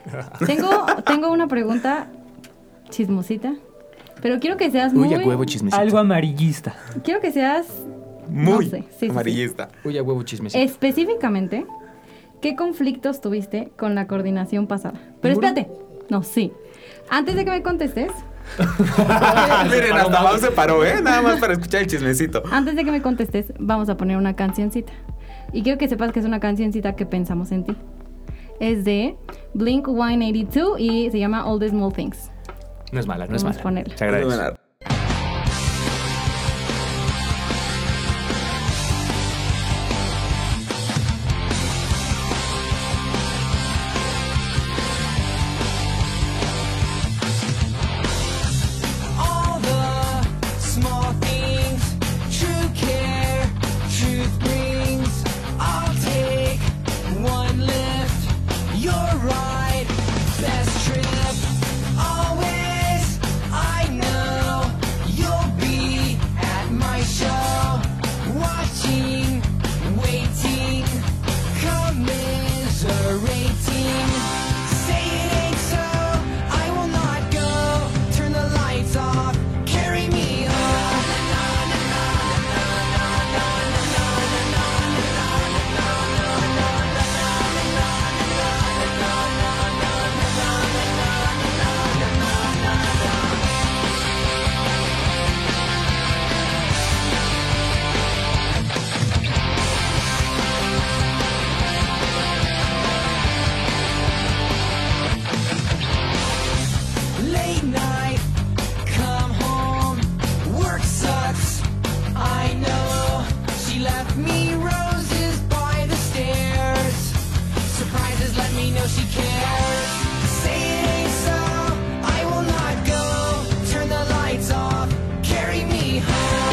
[SPEAKER 4] Tengo, tengo una pregunta chismosita, pero quiero que seas muy...
[SPEAKER 6] Uy, a huevo chismecito.
[SPEAKER 3] Algo amarillista.
[SPEAKER 4] Quiero que seas
[SPEAKER 5] Muy
[SPEAKER 4] sé, sí, sí, sí.
[SPEAKER 5] amarillista.
[SPEAKER 6] Uy, a huevo chismecito.
[SPEAKER 4] específicamente qué conflictos tuviste con la coordinación pasada. Pero espérate, no, sí. Antes de que me contestes,
[SPEAKER 5] [LAUGHS] Miren, hasta Mau se paró, ¿eh? Nada más para escuchar el chismecito.
[SPEAKER 4] antes de que me contestes, vamos a poner una cancioncita. Y quiero que sepas que es una cancioncita que pensamos en ti. Es de Blink 182 y se llama All the Small Things.
[SPEAKER 6] No es mala, no es
[SPEAKER 4] Vamos
[SPEAKER 6] mala.
[SPEAKER 4] a ponerla.
[SPEAKER 6] Se agradece.
[SPEAKER 8] all the small things. True care, truth brings. I'll take one lift. You're right, best trip. Always, I know you'll be at my show. Watching, waiting, commiserating. Say it ain't so. I will not go. Turn the lights off. Carry me up. Late night, come home, work sucks. I know she left me roses by the stairs. Surprises let me know she cares. Say it ain't so, I will not go. Turn the lights off, carry me home.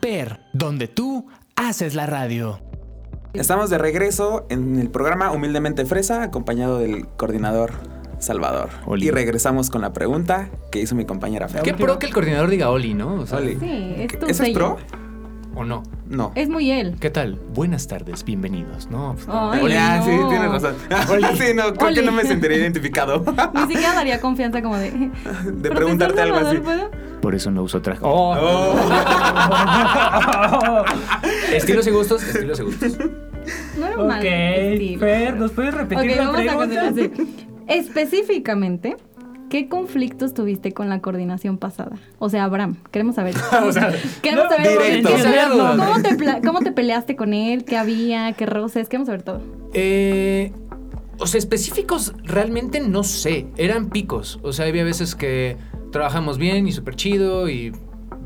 [SPEAKER 1] Per, donde tú haces la radio.
[SPEAKER 5] Estamos de regreso en el programa Humildemente Fresa, acompañado del coordinador Salvador.
[SPEAKER 1] Oli.
[SPEAKER 5] Y regresamos con la pregunta que hizo mi compañera Fer.
[SPEAKER 6] Qué pro que el coordinador diga Oli, ¿no? O sea,
[SPEAKER 5] Oli.
[SPEAKER 4] Sí, es tu
[SPEAKER 5] ¿Eso es
[SPEAKER 4] sello.
[SPEAKER 5] pro?
[SPEAKER 6] O no.
[SPEAKER 5] No.
[SPEAKER 4] Es muy él.
[SPEAKER 6] ¿Qué tal?
[SPEAKER 1] Buenas tardes, bienvenidos. No, pues,
[SPEAKER 6] Oh,
[SPEAKER 4] Ay,
[SPEAKER 5] Oli, ah,
[SPEAKER 4] no.
[SPEAKER 5] sí, tienes razón. [LAUGHS] sí, no, creo que
[SPEAKER 4] Oli.
[SPEAKER 5] no me sentiría identificado [LAUGHS]
[SPEAKER 4] Ni siquiera daría confianza como de...
[SPEAKER 5] de preguntarte algo así.
[SPEAKER 4] pues.
[SPEAKER 1] por eso no uso traje.
[SPEAKER 3] Oh.
[SPEAKER 6] Estilos y gustos, estilos y gustos.
[SPEAKER 4] No
[SPEAKER 3] [LAUGHS]
[SPEAKER 4] era
[SPEAKER 3] ok,
[SPEAKER 4] mal estilo.
[SPEAKER 3] Fer, ¿nos puedes repetir
[SPEAKER 4] Ok,
[SPEAKER 3] la
[SPEAKER 4] vamos a
[SPEAKER 3] pregunta?
[SPEAKER 4] continuar. sí. Específicamente, ¿qué conflictos tuviste con la coordinación pasada? O sea, Abraham, queremos
[SPEAKER 6] [LAUGHS]
[SPEAKER 4] saber. queremos
[SPEAKER 3] no,
[SPEAKER 4] saber
[SPEAKER 5] directo.
[SPEAKER 4] queremos saber
[SPEAKER 6] Directo.
[SPEAKER 4] ¿cómo, te pla- cómo te peleaste con él, qué había, qué roces, queremos saber todo.
[SPEAKER 6] Eh, o sea, específicos realmente no sé. Eran picos. O sea, había veces que trabajamos bien y súper chido y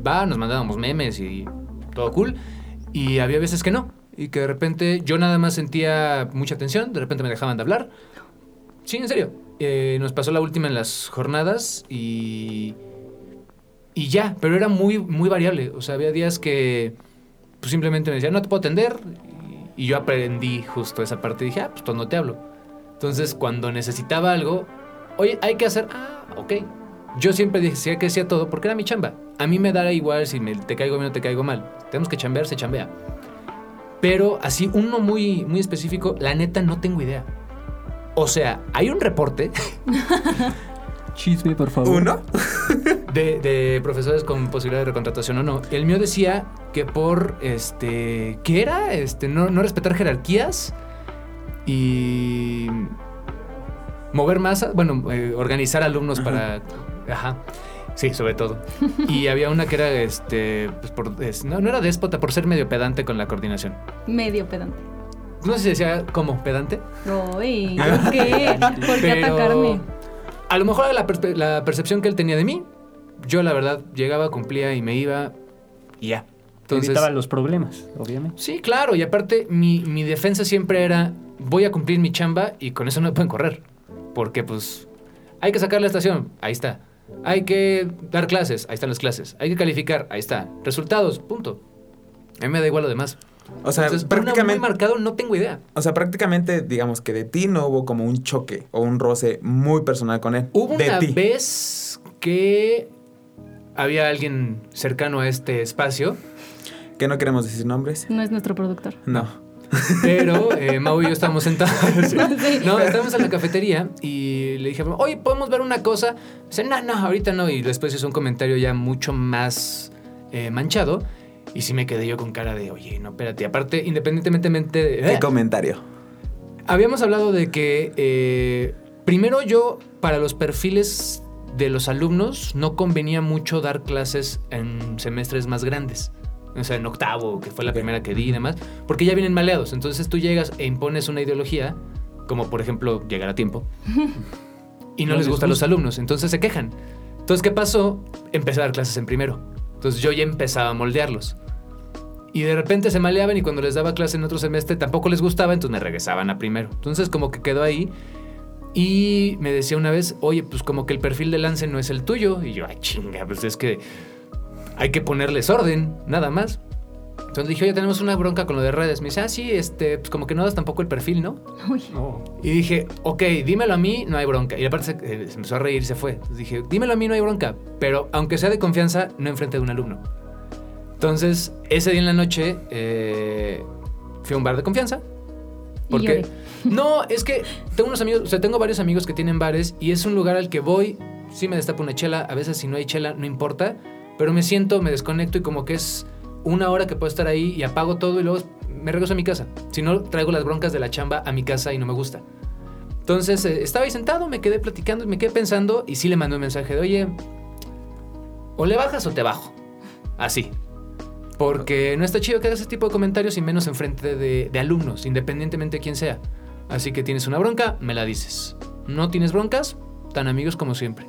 [SPEAKER 6] va, nos mandábamos memes y todo cool. Y había veces que no. Y que de repente yo nada más sentía mucha tensión, de repente me dejaban de hablar. Sí, en serio. Eh, nos pasó la última en las jornadas y. Y ya, pero era muy, muy variable. O sea, había días que pues, simplemente me decían, no te puedo atender. Y, y yo aprendí justo esa parte y dije, ah, pues pues, no te hablo. Entonces, cuando necesitaba algo, oye, hay que hacer, ah, ok. Yo siempre decía que hacía todo porque era mi chamba. A mí me da igual si me, te caigo bien o te caigo mal. Tenemos que chambear, se chambea. Pero así, uno muy, muy específico, la neta no tengo idea. O sea, hay un reporte
[SPEAKER 3] [LAUGHS] Chisme, por favor.
[SPEAKER 5] ¿Uno?
[SPEAKER 6] de, de profesores con posibilidad de recontratación o no. El mío decía que por este. ¿Qué era? Este. No, no respetar jerarquías. Y. Mover masa. Bueno, eh, organizar alumnos para. Ajá. Sí, sobre todo. Y había una que era este. pues, por, es- no, no era déspota, por ser medio pedante con la coordinación.
[SPEAKER 4] Medio pedante.
[SPEAKER 6] No sé si decía como pedante.
[SPEAKER 4] Uy,
[SPEAKER 6] [LAUGHS]
[SPEAKER 4] ¿por qué? ¿Por qué
[SPEAKER 6] Pero
[SPEAKER 4] atacarme?
[SPEAKER 6] A lo mejor era la, perspe- la percepción que él tenía de mí. Yo, la verdad, llegaba, cumplía y me iba y ya. Entonces,
[SPEAKER 3] Evitaba los problemas, obviamente.
[SPEAKER 6] sí, claro. Y aparte, mi, mi defensa siempre era: voy a cumplir mi chamba y con eso no me pueden correr. Porque, pues, hay que sacar la estación, ahí está. Hay que dar clases, ahí están las clases. Hay que calificar, ahí está. Resultados, punto. A mí me da igual lo demás.
[SPEAKER 5] O sea,
[SPEAKER 6] Entonces, una muy
[SPEAKER 5] prácticamente.
[SPEAKER 6] marcado, no tengo idea.
[SPEAKER 5] O sea, prácticamente, digamos que de ti no hubo como un choque o un roce muy personal con él.
[SPEAKER 6] Hubo
[SPEAKER 5] de
[SPEAKER 6] una
[SPEAKER 5] ti.
[SPEAKER 6] vez que había alguien cercano a este espacio,
[SPEAKER 5] Que no queremos decir nombres.
[SPEAKER 4] No es nuestro productor.
[SPEAKER 5] No.
[SPEAKER 6] pero eh, Mau y yo estábamos sentados.
[SPEAKER 4] Sí.
[SPEAKER 6] No, estábamos en la cafetería y le dije, oye, ¿podemos ver una cosa? Dice, no, no, ahorita no. Y después hizo un comentario ya mucho más eh, manchado. Y sí me quedé yo con cara de, oye, no, espérate. Aparte, independientemente de...
[SPEAKER 5] ¿Qué comentario?
[SPEAKER 6] Habíamos hablado de que eh, primero yo, para los perfiles de los alumnos, no convenía mucho dar clases en semestres más grandes. O sea, en octavo, que fue la primera que di y demás, porque ya vienen maleados. Entonces tú llegas e impones una ideología, como por ejemplo llegar a tiempo, y no, les gusta a los alumnos. Entonces se quejan. Entonces, ¿qué pasó? Empecé a dar clases en primero. Entonces yo ya empezaba a moldearlos. Y de repente se maleaban y cuando les daba clase en otro semestre tampoco les gustaba, entonces me regresaban a primero. Entonces como que quedó ahí y me decía una vez, oye, pues como que el perfil de Lance no es el tuyo. Y yo, ay chinga, pues es que hay que ponerles orden, nada más. Entonces dije, oye, tenemos una bronca con lo de redes. Me dice, ah, sí, este, pues como que no das tampoco el perfil, ¿no?
[SPEAKER 4] Uy,
[SPEAKER 6] Y dije, ok, dímelo a mí, no hay bronca. Y aparte se, eh, se empezó a reír y se fue. Entonces dije, dímelo a mí, no hay bronca. Pero aunque sea de confianza, no enfrente de un alumno. Entonces, ese día en la noche, eh, fui a un bar de confianza.
[SPEAKER 4] Y
[SPEAKER 6] Porque.
[SPEAKER 4] lloré.
[SPEAKER 6] [LAUGHS] No, es que tengo unos amigos, o sea, tengo varios amigos que tienen bares y es un lugar al que voy. Sí me destapo una chela, a veces si no hay chela, no importa. Pero me siento, me desconecto y como que es una hora que puedo estar ahí y apago todo y luego me regreso a mi casa. Si no, traigo las broncas de la chamba a mi casa y no me gusta. Entonces eh, estaba ahí sentado, me quedé platicando, me quedé pensando y sí le mandé un mensaje de, oye, o le bajas o te bajo. Así. Porque no está chido que hagas ese tipo de comentarios y menos enfrente de, de alumnos, independientemente de quién sea. Así que tienes una bronca, me la dices. No tienes broncas, tan amigos como siempre.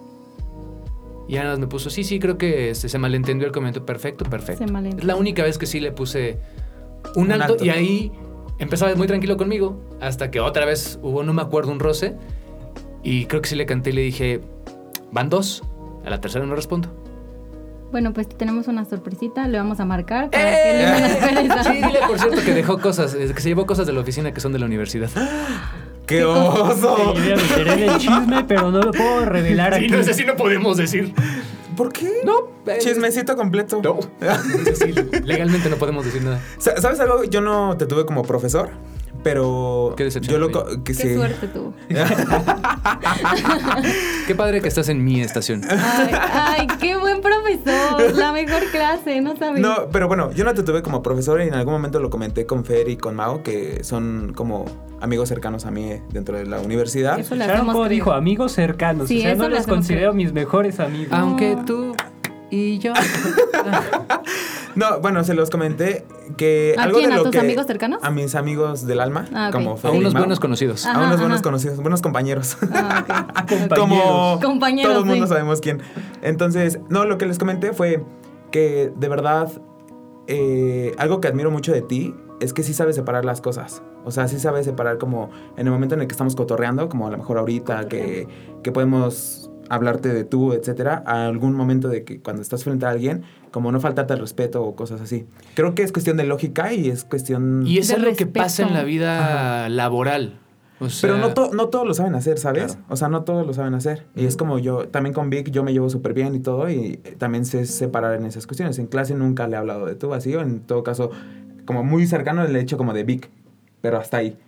[SPEAKER 6] Y nada más me puso, sí, sí, creo que este, se malentendió el comentario. Perfecto, perfecto.
[SPEAKER 4] Se malentendió.
[SPEAKER 6] Es la única vez que sí le puse un
[SPEAKER 5] Un
[SPEAKER 6] alto,
[SPEAKER 5] alto.
[SPEAKER 6] y ahí empezaba muy tranquilo conmigo hasta que otra vez hubo, no me acuerdo, un roce y creo que sí le canté y le dije, van dos, a la tercera no respondo.
[SPEAKER 4] Bueno, pues tenemos una sorpresita, le vamos a marcar para que elimine la
[SPEAKER 6] [LAUGHS]
[SPEAKER 4] pereza.
[SPEAKER 6] Sí, dile por cierto que dejó cosas, eh, que se llevó cosas de la oficina que son de la universidad.
[SPEAKER 5] ¡Qué oso!
[SPEAKER 3] Y ya me enteré del chisme, pero no lo puedo revelar aquí.
[SPEAKER 6] si no podemos decir.
[SPEAKER 5] ¿Por qué?
[SPEAKER 6] No, eh,
[SPEAKER 5] Chismecito completo.
[SPEAKER 6] No. Es decir, legalmente no podemos decir nada.
[SPEAKER 5] [LAUGHS] Sa- ¿Sabes algo? Yo no te tuve como profesor, pero.
[SPEAKER 6] Qué decepción,
[SPEAKER 5] Yo lo.
[SPEAKER 6] sí.
[SPEAKER 5] co- que
[SPEAKER 4] Qué
[SPEAKER 5] sí. [LAUGHS]
[SPEAKER 4] suerte tuvo.
[SPEAKER 6] Qué padre que estás en mi estación.
[SPEAKER 4] Ay, ay, qué buen profesor. La mejor clase, no sabes.
[SPEAKER 5] No, pero bueno, yo no te tuve como profesor y en algún momento lo comenté con Fer y con Mao, que son como amigos cercanos a mí dentro de la universidad.
[SPEAKER 4] Eso le hacemos
[SPEAKER 3] Charco
[SPEAKER 4] creer.
[SPEAKER 3] dijo amigos cercanos.
[SPEAKER 4] Sí,
[SPEAKER 3] o sea,
[SPEAKER 4] eso
[SPEAKER 3] no
[SPEAKER 4] lo
[SPEAKER 3] los
[SPEAKER 4] hacemos
[SPEAKER 3] considero
[SPEAKER 4] creer.
[SPEAKER 3] mis mejores amigos.
[SPEAKER 6] Aunque tú y yo.
[SPEAKER 5] No, bueno, se los comenté que
[SPEAKER 4] ¿A
[SPEAKER 5] algo
[SPEAKER 4] quién?
[SPEAKER 5] de
[SPEAKER 4] ¿A
[SPEAKER 5] lo
[SPEAKER 4] tus
[SPEAKER 5] que-
[SPEAKER 4] amigos cercanos?
[SPEAKER 5] A mis amigos del alma,
[SPEAKER 4] Ah, ok.
[SPEAKER 5] como
[SPEAKER 6] A
[SPEAKER 5] Fer y
[SPEAKER 6] unos
[SPEAKER 5] Mao.
[SPEAKER 6] buenos conocidos.
[SPEAKER 5] A
[SPEAKER 4] Ajá,
[SPEAKER 5] unos buenos
[SPEAKER 4] ajá.
[SPEAKER 5] conocidos, buenos compañeros.
[SPEAKER 4] Ah, ok.
[SPEAKER 5] como
[SPEAKER 3] Compañeros.
[SPEAKER 4] Compañeros,
[SPEAKER 5] todo el mundo
[SPEAKER 4] sí.
[SPEAKER 5] sabemos quién. Entonces, no, lo que les comenté fue que de verdad eh, algo que admiro mucho de ti es que sí sabes separar las cosas. O sea, sí sabes separar como en el momento en el que estamos cotorreando, como a lo mejor ahorita que, que podemos hablarte de tú, etcétera, a algún momento de que cuando estás frente a alguien, como no faltarte al respeto o cosas así. Creo que es cuestión de lógica y es cuestión...
[SPEAKER 6] Y es
[SPEAKER 4] De
[SPEAKER 6] algo que
[SPEAKER 4] respeto.
[SPEAKER 6] pasa en la vida laboral. O sea,
[SPEAKER 5] Pero no, to- no todos lo saben hacer, ¿sabes?
[SPEAKER 6] Claro.
[SPEAKER 5] O sea, no todos lo saben hacer. Y es como yo, también con Vic yo me llevo súper bien y todo, y eh, también sé separar en esas cuestiones. En clase nunca le he hablado de tú, así, o en todo caso, como muy cercano le he hecho como de Vic, pero hasta ahí.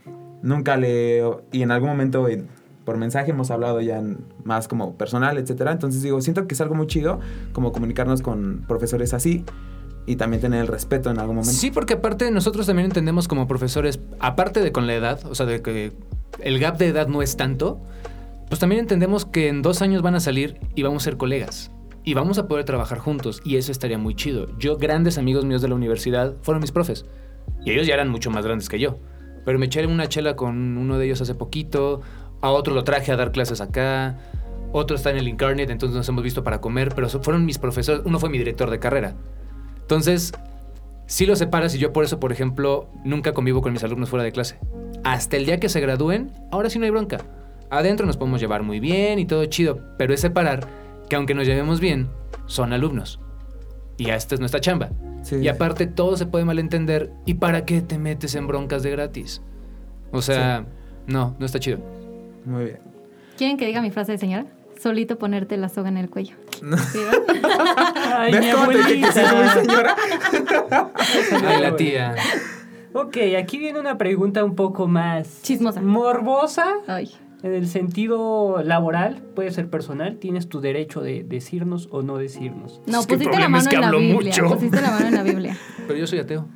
[SPEAKER 5] Nunca le... Y en algún momento en- por mensaje hemos hablado ya en- más como personal, etcétera. Entonces digo, siento que es algo muy chido como comunicarnos con profesores así y también tener el respeto en algún momento.
[SPEAKER 6] Sí, porque aparte nosotros también entendemos como profesores, aparte de con la edad, o sea, de que el gap de edad no es tanto, pues también entendemos que en dos años van a salir y vamos a ser colegas. Y vamos a poder trabajar juntos y eso estaría muy chido. Yo, grandes amigos míos de la universidad fueron mis profes. Y ellos ya eran mucho más grandes que yo. Pero me eché una chela con uno de ellos hace poquito. A otro lo traje a dar clases acá. Otro está en el Incarnate, entonces nos hemos visto para comer. Pero so- fueron mis profesores. Uno fue mi director de carrera. Entonces, sí lo separas y yo por eso, por ejemplo, nunca convivo con mis alumnos fuera de clase. Hasta el día que se gradúen, ahora sí no hay bronca. Adentro nos podemos llevar muy bien y todo chido, pero es separar que aunque nos llevemos bien, son alumnos. Y esta es nuestra chamba.
[SPEAKER 5] Sí,
[SPEAKER 6] y
[SPEAKER 5] sí.
[SPEAKER 6] aparte todo se puede malentender. ¿Y para qué te metes en broncas de gratis? O sea, no, no está chido.
[SPEAKER 5] Muy bien.
[SPEAKER 4] ¿Quieren que diga mi frase de señora? Solito ponerte la soga en el cuello. ¿Sí,
[SPEAKER 6] [LAUGHS]
[SPEAKER 4] verdad?
[SPEAKER 3] Ay, mi
[SPEAKER 5] ¿Ves cómo te dije que soy muy
[SPEAKER 3] abuelita.
[SPEAKER 5] señora?
[SPEAKER 6] Ay, la tía.
[SPEAKER 3] Ok, aquí viene una pregunta un poco más...
[SPEAKER 4] Chismosa.
[SPEAKER 3] Morbosa.
[SPEAKER 4] Ay.
[SPEAKER 3] En el sentido laboral, puede ser personal, tienes tu derecho de decirnos o no decirnos.
[SPEAKER 4] No,
[SPEAKER 6] Es que el
[SPEAKER 4] pusiste la
[SPEAKER 6] problema es
[SPEAKER 4] mano
[SPEAKER 6] que
[SPEAKER 4] en la
[SPEAKER 6] hablo
[SPEAKER 4] Biblia.
[SPEAKER 6] mucho.
[SPEAKER 4] Pusiste la mano en la Biblia.
[SPEAKER 6] [LAUGHS] Pero yo soy ateo.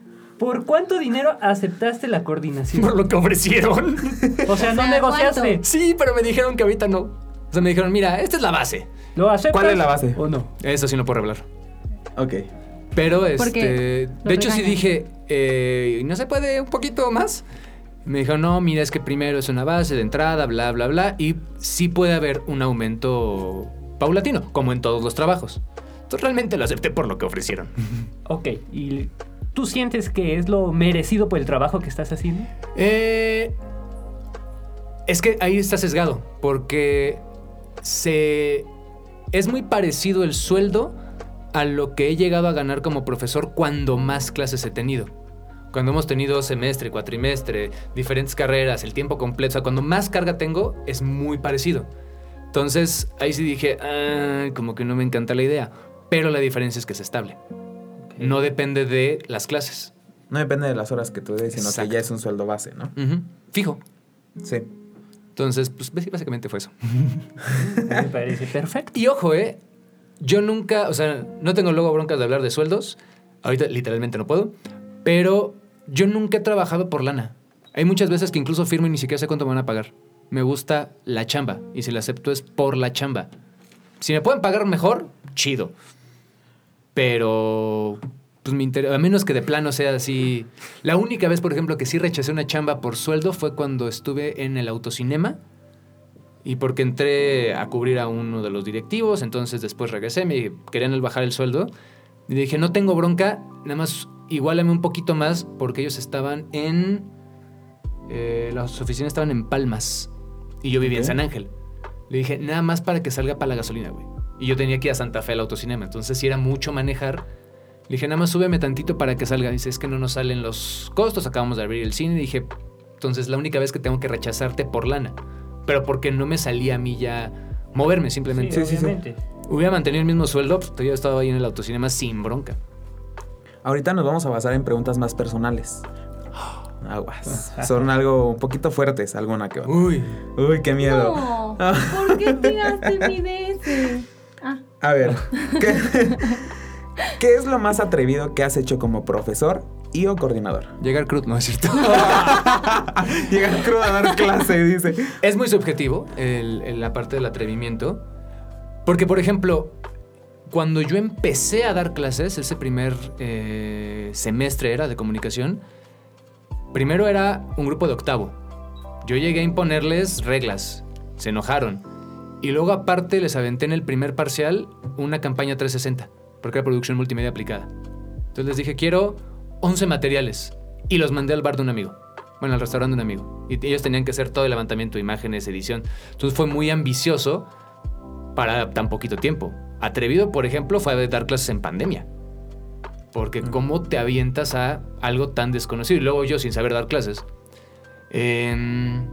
[SPEAKER 3] ¿Por cuánto dinero aceptaste la
[SPEAKER 5] [LAUGHS]
[SPEAKER 3] coordinación?
[SPEAKER 6] Por lo que ofrecieron. [LAUGHS]
[SPEAKER 3] O sea, no
[SPEAKER 4] sea,
[SPEAKER 3] negociaste.
[SPEAKER 4] ¿cuánto?
[SPEAKER 6] sí, pero me dijeron que ahorita no. O sea, me dijeron, mira, esta es la base.
[SPEAKER 3] ¿Lo aceptas?
[SPEAKER 5] ¿Cuál es la base?
[SPEAKER 3] ¿O no?
[SPEAKER 6] Eso sí no puedo revelar.
[SPEAKER 5] Ok.
[SPEAKER 6] Pero este.
[SPEAKER 4] qué? Lo
[SPEAKER 6] De hecho, sí
[SPEAKER 4] regañan.
[SPEAKER 6] dije, eh, ¿no se puede un poquito más? Me dijo, no, mira, es que primero es una base de entrada, bla, bla, bla. Y sí puede haber un aumento paulatino, como en todos los trabajos. Entonces, realmente lo acepté por lo que ofrecieron.
[SPEAKER 3] Ok, ¿y tú sientes que es lo merecido por el trabajo que estás haciendo?
[SPEAKER 6] Eh, es que ahí está sesgado, porque se es muy parecido el sueldo a lo que he llegado a ganar como profesor cuando más clases he tenido. Cuando hemos tenido semestre, cuatrimestre, diferentes carreras, el tiempo completo, o sea, cuando más carga tengo es muy parecido. Entonces, ahí sí dije, "Ah, como que no me encanta la idea, pero la diferencia es que es estable. No depende de las clases.
[SPEAKER 5] No depende de las horas que tú des, sino
[SPEAKER 6] Exacto.
[SPEAKER 5] que ya es un sueldo base, ¿no?
[SPEAKER 6] Ujú, Fijo.
[SPEAKER 5] Sí.
[SPEAKER 6] Entonces, pues básicamente fue eso.
[SPEAKER 5] [LAUGHS]
[SPEAKER 3] Me parece perfecto.
[SPEAKER 6] Y ojo, ¿eh? Yo nunca, o sea, no tengo luego broncas de hablar de sueldos. Ahorita literalmente no puedo. Pero yo nunca he trabajado por lana. Hay muchas veces que incluso firmo y ni siquiera sé cuánto me van a pagar. Me gusta la chamba. Y si la acepto es por la chamba. Si me pueden pagar mejor, chido. Pero... Pues me inter- a menos que de plano sea así. La única vez, por ejemplo, que sí rechacé una chamba por sueldo fue cuando estuve en el autocinema. Y porque entré a cubrir a uno de los directivos, entonces después regresé, me querían el bajar el sueldo. Y dije, no tengo bronca, nada más igualame un poquito más, porque ellos estaban en... eh, las oficinas estaban en Palmas. Y yo vivía en
[SPEAKER 5] Ok.
[SPEAKER 6] San Ángel. Le dije, nada más para que salga para la gasolina, güey. Y yo tenía que ir a Santa Fe al autocinema. Entonces, si era mucho manejar, le dije, nada más súbeme tantito para que salga. Dice, es que no nos salen los costos, acabamos de abrir el cine. Y dije, entonces la única vez que tengo que rechazarte por lana. Pero porque no me salía a mí ya moverme,
[SPEAKER 3] Sí,
[SPEAKER 6] simplemente.
[SPEAKER 5] sí, sí.
[SPEAKER 3] obviamente.
[SPEAKER 6] Hubiera mantenido el mismo sueldo, pues, yo estaba ahí en el autocinema sin bronca.
[SPEAKER 5] Ahorita nos vamos a basar en preguntas más
[SPEAKER 6] [GASPS]
[SPEAKER 5] personales. Aguas. Son algo un poquito fuertes, alguna que otra.
[SPEAKER 6] Uy.
[SPEAKER 5] Uy, qué miedo.
[SPEAKER 4] No, ¿por qué tiraste mi DS? Ah,
[SPEAKER 5] [LAUGHS] A ver, ¿qué, qué es lo más atrevido que has hecho como profesor y o coordinador?
[SPEAKER 6] Llegar cruz, no es [LAUGHS] cierto.
[SPEAKER 5] Llegar crudo a dar clase, dice.
[SPEAKER 6] es muy subjetivo el- el- la parte del atrevimiento. Porque, por ejemplo, cuando yo empecé a dar clases, ese primer eh, semestre era de comunicación, primero era un grupo de octavo. Yo llegué a imponerles reglas, se enojaron. Y luego aparte les aventé en el primer parcial una campaña 360, porque era producción multimedia aplicada. Entonces les dije, quiero 11 materiales. Y los mandé al bar de un amigo. Bueno, al restaurante de un amigo. Y ellos tenían que hacer todo el levantamiento, imágenes, edición. Entonces fue muy ambicioso para tan poquito tiempo. Atrevido, por ejemplo, fue a dar clases en pandemia. Porque cómo te avientas a algo tan desconocido. Y luego yo sin saber dar clases. Em,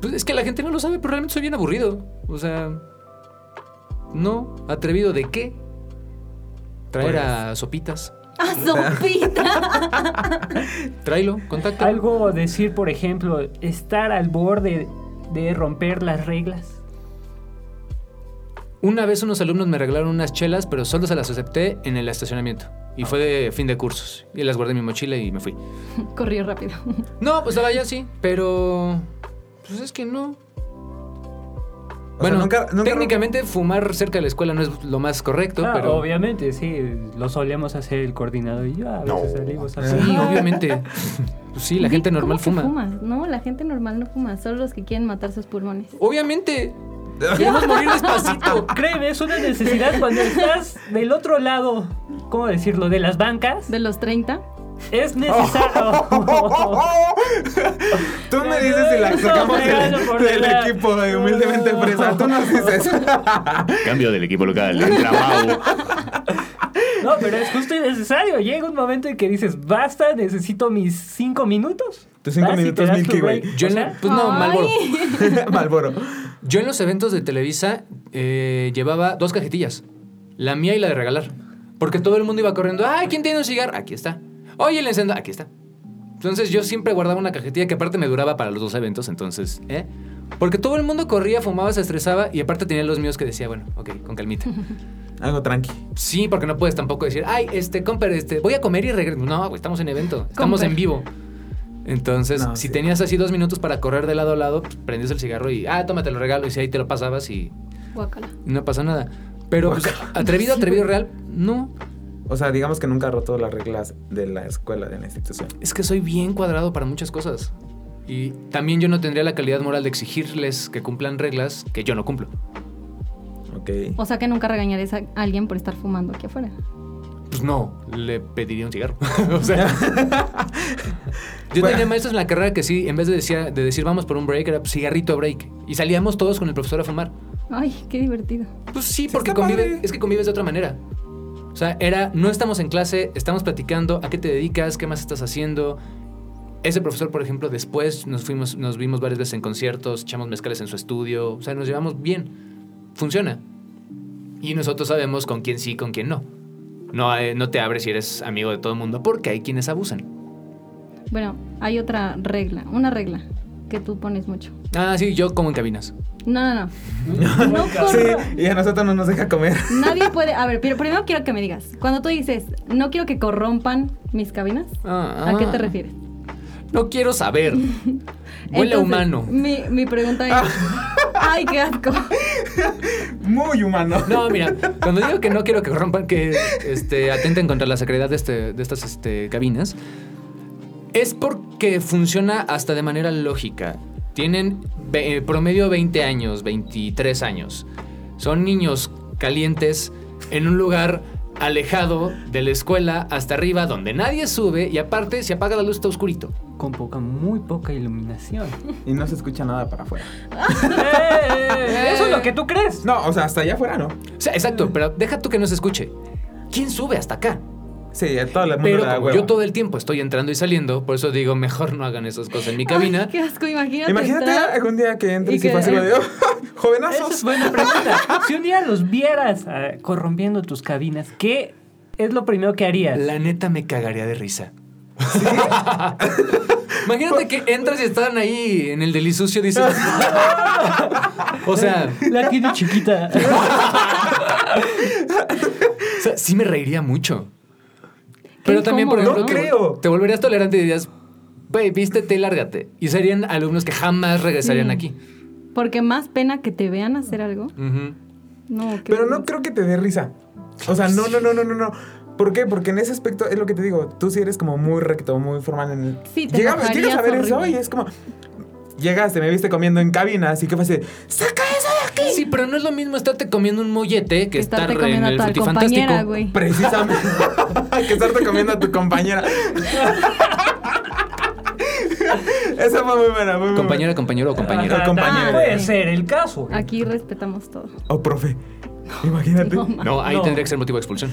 [SPEAKER 6] pues es que la gente no lo sabe, pero realmente soy bien aburrido. O sea... No, atrevido de qué? Traer a sopitas.
[SPEAKER 4] ah
[SPEAKER 6] [LAUGHS]
[SPEAKER 4] Sopita.
[SPEAKER 6] Tráelo, contacta.
[SPEAKER 3] Algo decir, por ejemplo, estar al borde de romper las reglas.
[SPEAKER 6] Una vez unos alumnos me regalaron unas chelas, pero solo se las acepté en el estacionamiento.
[SPEAKER 3] Ah.
[SPEAKER 6] Y fue de fin de cursos. Y las guardé en mi mochila y me fui.
[SPEAKER 4] Corrió rápido.
[SPEAKER 6] No, pues estaba ya sí, pero. Pues es que no. bueno,
[SPEAKER 5] nunca- nunca
[SPEAKER 6] técnicamente fumar cerca de la escuela no es lo más correcto,
[SPEAKER 3] Ah,
[SPEAKER 6] pero. [LAUGHS]
[SPEAKER 3] Obviamente, sí, lo solemos hacer el coordinador y yo. A veces salimos a
[SPEAKER 5] [LAUGHS]
[SPEAKER 6] Sí,
[SPEAKER 3] fumar. [LAUGHS]
[SPEAKER 6] obviamente. Pues sí, la
[SPEAKER 4] Oye,
[SPEAKER 6] gente normal
[SPEAKER 4] ¿cómo
[SPEAKER 6] fuma.
[SPEAKER 4] que fumas? No, la gente normal no fuma, solo los que quieren matar sus pulmones.
[SPEAKER 6] Obviamente.
[SPEAKER 3] [LAUGHS]
[SPEAKER 6] Queremos morir despacito.
[SPEAKER 3] Créeme, es una necesidad cuando estás del otro lado, ¿cómo decirlo? De las bancas.
[SPEAKER 4] De los 30.
[SPEAKER 3] Es
[SPEAKER 5] [LAUGHS]
[SPEAKER 3] necesario.
[SPEAKER 5] ¡Oh, Tú me dices si la sacamos
[SPEAKER 3] Regalo por
[SPEAKER 5] del, del
[SPEAKER 3] regalo.
[SPEAKER 5] equipo de humildemente fresa. Tú nos dices.
[SPEAKER 1] [LAUGHS] Cambio del equipo local. Entra
[SPEAKER 6] [LAUGHS]
[SPEAKER 1] Mau.
[SPEAKER 3] No, pero es justo y necesario. Llega un momento en que dices, basta, necesito mis cinco minutos.
[SPEAKER 5] Tus cinco
[SPEAKER 3] Vas y te
[SPEAKER 5] minutos,
[SPEAKER 3] das tu
[SPEAKER 5] Milky Way.
[SPEAKER 3] break.
[SPEAKER 6] Yo
[SPEAKER 3] O
[SPEAKER 6] en la-
[SPEAKER 3] sea,
[SPEAKER 6] pues no,
[SPEAKER 4] Ay.
[SPEAKER 6] Malboro.
[SPEAKER 5] Malboro.
[SPEAKER 6] Yo en los eventos de Televisa eh, llevaba dos cajetillas, la mía y la de regalar, porque todo el mundo iba corriendo, ay, ¿quién tiene un cigarro? Aquí está. Oye, el encendedor, aquí está. Entonces yo siempre guardaba una cajetilla que aparte me duraba para los dos eventos, entonces, ¿eh? Porque todo el mundo corría, fumaba, se estresaba y aparte tenía los míos que decía, bueno, ok, con calmita.
[SPEAKER 5] Algo tranqui.
[SPEAKER 6] Sí, porque no puedes tampoco decir, ay, este, compra, este, voy a comer y regreso. No, güey, estamos en evento, estamos
[SPEAKER 4] Comper.
[SPEAKER 6] en vivo. Entonces,
[SPEAKER 5] No,
[SPEAKER 6] si
[SPEAKER 5] sí.
[SPEAKER 6] tenías así dos minutos para correr de lado a lado, pues, prendías el cigarro y, ah, tómate lo regalo, y si ahí te lo pasabas y
[SPEAKER 4] Guacala.
[SPEAKER 6] no pasa nada.
[SPEAKER 5] [LAUGHS]
[SPEAKER 6] Pero pues, atrevido, atrevido real, no.
[SPEAKER 5] O sea, digamos que nunca ha roto las reglas de la escuela, de la institución.
[SPEAKER 6] Es que soy bien cuadrado para muchas cosas. Y también yo no tendría la calidad moral de exigirles que cumplan reglas que yo no cumplo.
[SPEAKER 5] Ok.
[SPEAKER 4] O sea que nunca regañarías a alguien por estar fumando aquí afuera.
[SPEAKER 6] Pues no, le pediría un cigarro. [LAUGHS] o sea. yo tenía maestros en la carrera que sí, en vez de, decía- de decir vamos por un break, era pues, cigarrito break. Y salíamos todos con el profesor a fumar.
[SPEAKER 4] Ay, qué divertido.
[SPEAKER 6] Pues sí, porque
[SPEAKER 5] está
[SPEAKER 6] convive-
[SPEAKER 5] padre.
[SPEAKER 6] es que convives de otra manera. O sea, era, no estamos en clase, estamos platicando, a qué te dedicas, qué más estás haciendo. Ese profesor, por ejemplo, después nos fuimos, nos vimos varias veces en conciertos, echamos mezcales en su estudio, o sea, nos llevamos bien, funciona. Y nosotros sabemos con quién sí, con quién no. No, eh, no te abres si eres amigo de todo el mundo, porque hay quienes abusan.
[SPEAKER 4] Bueno, hay otra regla, una regla que tú pones mucho.
[SPEAKER 6] Ah, sí, yo como en cabinas.
[SPEAKER 4] No, no,
[SPEAKER 6] [LAUGHS]
[SPEAKER 4] no. No
[SPEAKER 5] Sí,
[SPEAKER 4] corro.
[SPEAKER 5] y a nosotros no nos deja comer. [LAUGHS]
[SPEAKER 4] Nadie puede. A ver, pero primero quiero que me digas. Cuando tú dices, no quiero que corrompan mis cabinas,
[SPEAKER 6] Ah,
[SPEAKER 4] ¿a qué
[SPEAKER 6] ah.
[SPEAKER 4] te refieres?
[SPEAKER 6] No
[SPEAKER 4] [LAUGHS]
[SPEAKER 6] quiero saber. Huele a
[SPEAKER 4] Entonces,
[SPEAKER 6] humano.
[SPEAKER 4] Mi, mi pregunta
[SPEAKER 6] [LAUGHS]
[SPEAKER 4] es. Ay, qué asco.
[SPEAKER 5] Muy humano.
[SPEAKER 6] No, mira, cuando digo que no quiero que rompan, que este, atenten contra la sacredad de, este- de estas este, cabinas, es porque funciona hasta de manera lógica. Tienen ve- eh, promedio 20 años, 23 años. Son niños calientes en un lugar alejado de la escuela hasta arriba donde nadie sube y aparte si apaga la luz está oscurito.
[SPEAKER 3] con poca, muy poca [LAUGHS] iluminación.
[SPEAKER 5] Y no se escucha nada para afuera.
[SPEAKER 3] ¡Eh! Eso es lo que tú crees.
[SPEAKER 5] No, o sea, hasta allá afuera no.
[SPEAKER 6] O sea, exacto, pero deja tú que no se escuche. ¿Quién sube hasta acá?
[SPEAKER 5] Sí, a todo el mundo
[SPEAKER 6] Pero
[SPEAKER 5] le da
[SPEAKER 6] como
[SPEAKER 5] hueva.
[SPEAKER 6] yo todo el tiempo estoy entrando y saliendo, por eso digo, mejor no hagan esas cosas en mi cabina. eh,
[SPEAKER 4] Ay, qué asco, imagínate.
[SPEAKER 5] Imagínate
[SPEAKER 4] estar-
[SPEAKER 5] algún día que entres
[SPEAKER 4] Y
[SPEAKER 5] y,
[SPEAKER 4] que-
[SPEAKER 5] pase lo de, ¡oh, [LAUGHS]
[SPEAKER 3] Esa es
[SPEAKER 5] jovenazos!
[SPEAKER 3] buena
[SPEAKER 5] [LAUGHS]
[SPEAKER 3] pregunta. Si un día los vieras ah, corrompiendo tus cabinas, ¿qué es lo primero que harías?
[SPEAKER 6] La neta me cagaría de risa. Imagínate que entras y están ahí en el delisucio, dices. [LAUGHS] o sea,
[SPEAKER 3] La tiene
[SPEAKER 5] [LAUGHS]
[SPEAKER 3] chiquita.
[SPEAKER 6] o sea, sí me reiría mucho. Pero también, por
[SPEAKER 4] incómodo,
[SPEAKER 5] ¿no?
[SPEAKER 6] ejemplo, te vol-
[SPEAKER 5] creo.
[SPEAKER 6] te volverías tolerante y dirías, güey, vístete y lárgate. Y serían alumnos que jamás
[SPEAKER 4] Mm.
[SPEAKER 6] regresarían aquí.
[SPEAKER 4] Porque más pena que te vean hacer algo.
[SPEAKER 6] Ujú.
[SPEAKER 4] No, qué
[SPEAKER 5] Pero no
[SPEAKER 4] vergüenza.
[SPEAKER 5] creo que te dé risa. O sea, no, no, no, no, no, no. ¿Por qué? Porque en ese aspecto es lo que te digo. Tú sí eres como muy recto, muy formal en el.
[SPEAKER 4] Sí, te
[SPEAKER 5] Llega-
[SPEAKER 4] enojarías
[SPEAKER 5] llegas a ver eso
[SPEAKER 4] horrible.
[SPEAKER 5] y es como. Llegaste, me viste comiendo en cabina, así que fue así. ¡Saca eso de aquí!
[SPEAKER 6] Sí, pero no es lo mismo estarte comiendo un mollete que estar
[SPEAKER 4] Estarte
[SPEAKER 6] en
[SPEAKER 4] comiendo a
[SPEAKER 6] el
[SPEAKER 4] tu compañera,
[SPEAKER 6] frutifantástico.
[SPEAKER 4] güey.
[SPEAKER 5] Precisamente. [LAUGHS] que estarte comiendo a tu compañera. [LAUGHS] Esa fue muy buena, muy buena.
[SPEAKER 6] Compañera, compañero o compañera.
[SPEAKER 3] Ajá,
[SPEAKER 5] compañero.
[SPEAKER 3] Puede ser el caso. güey.
[SPEAKER 4] Aquí respetamos todo.
[SPEAKER 5] Oh, profe. Imagínate.
[SPEAKER 4] No, ma.
[SPEAKER 6] Ah. No, ahí
[SPEAKER 3] No.
[SPEAKER 6] tendría que ser motivo de expulsión.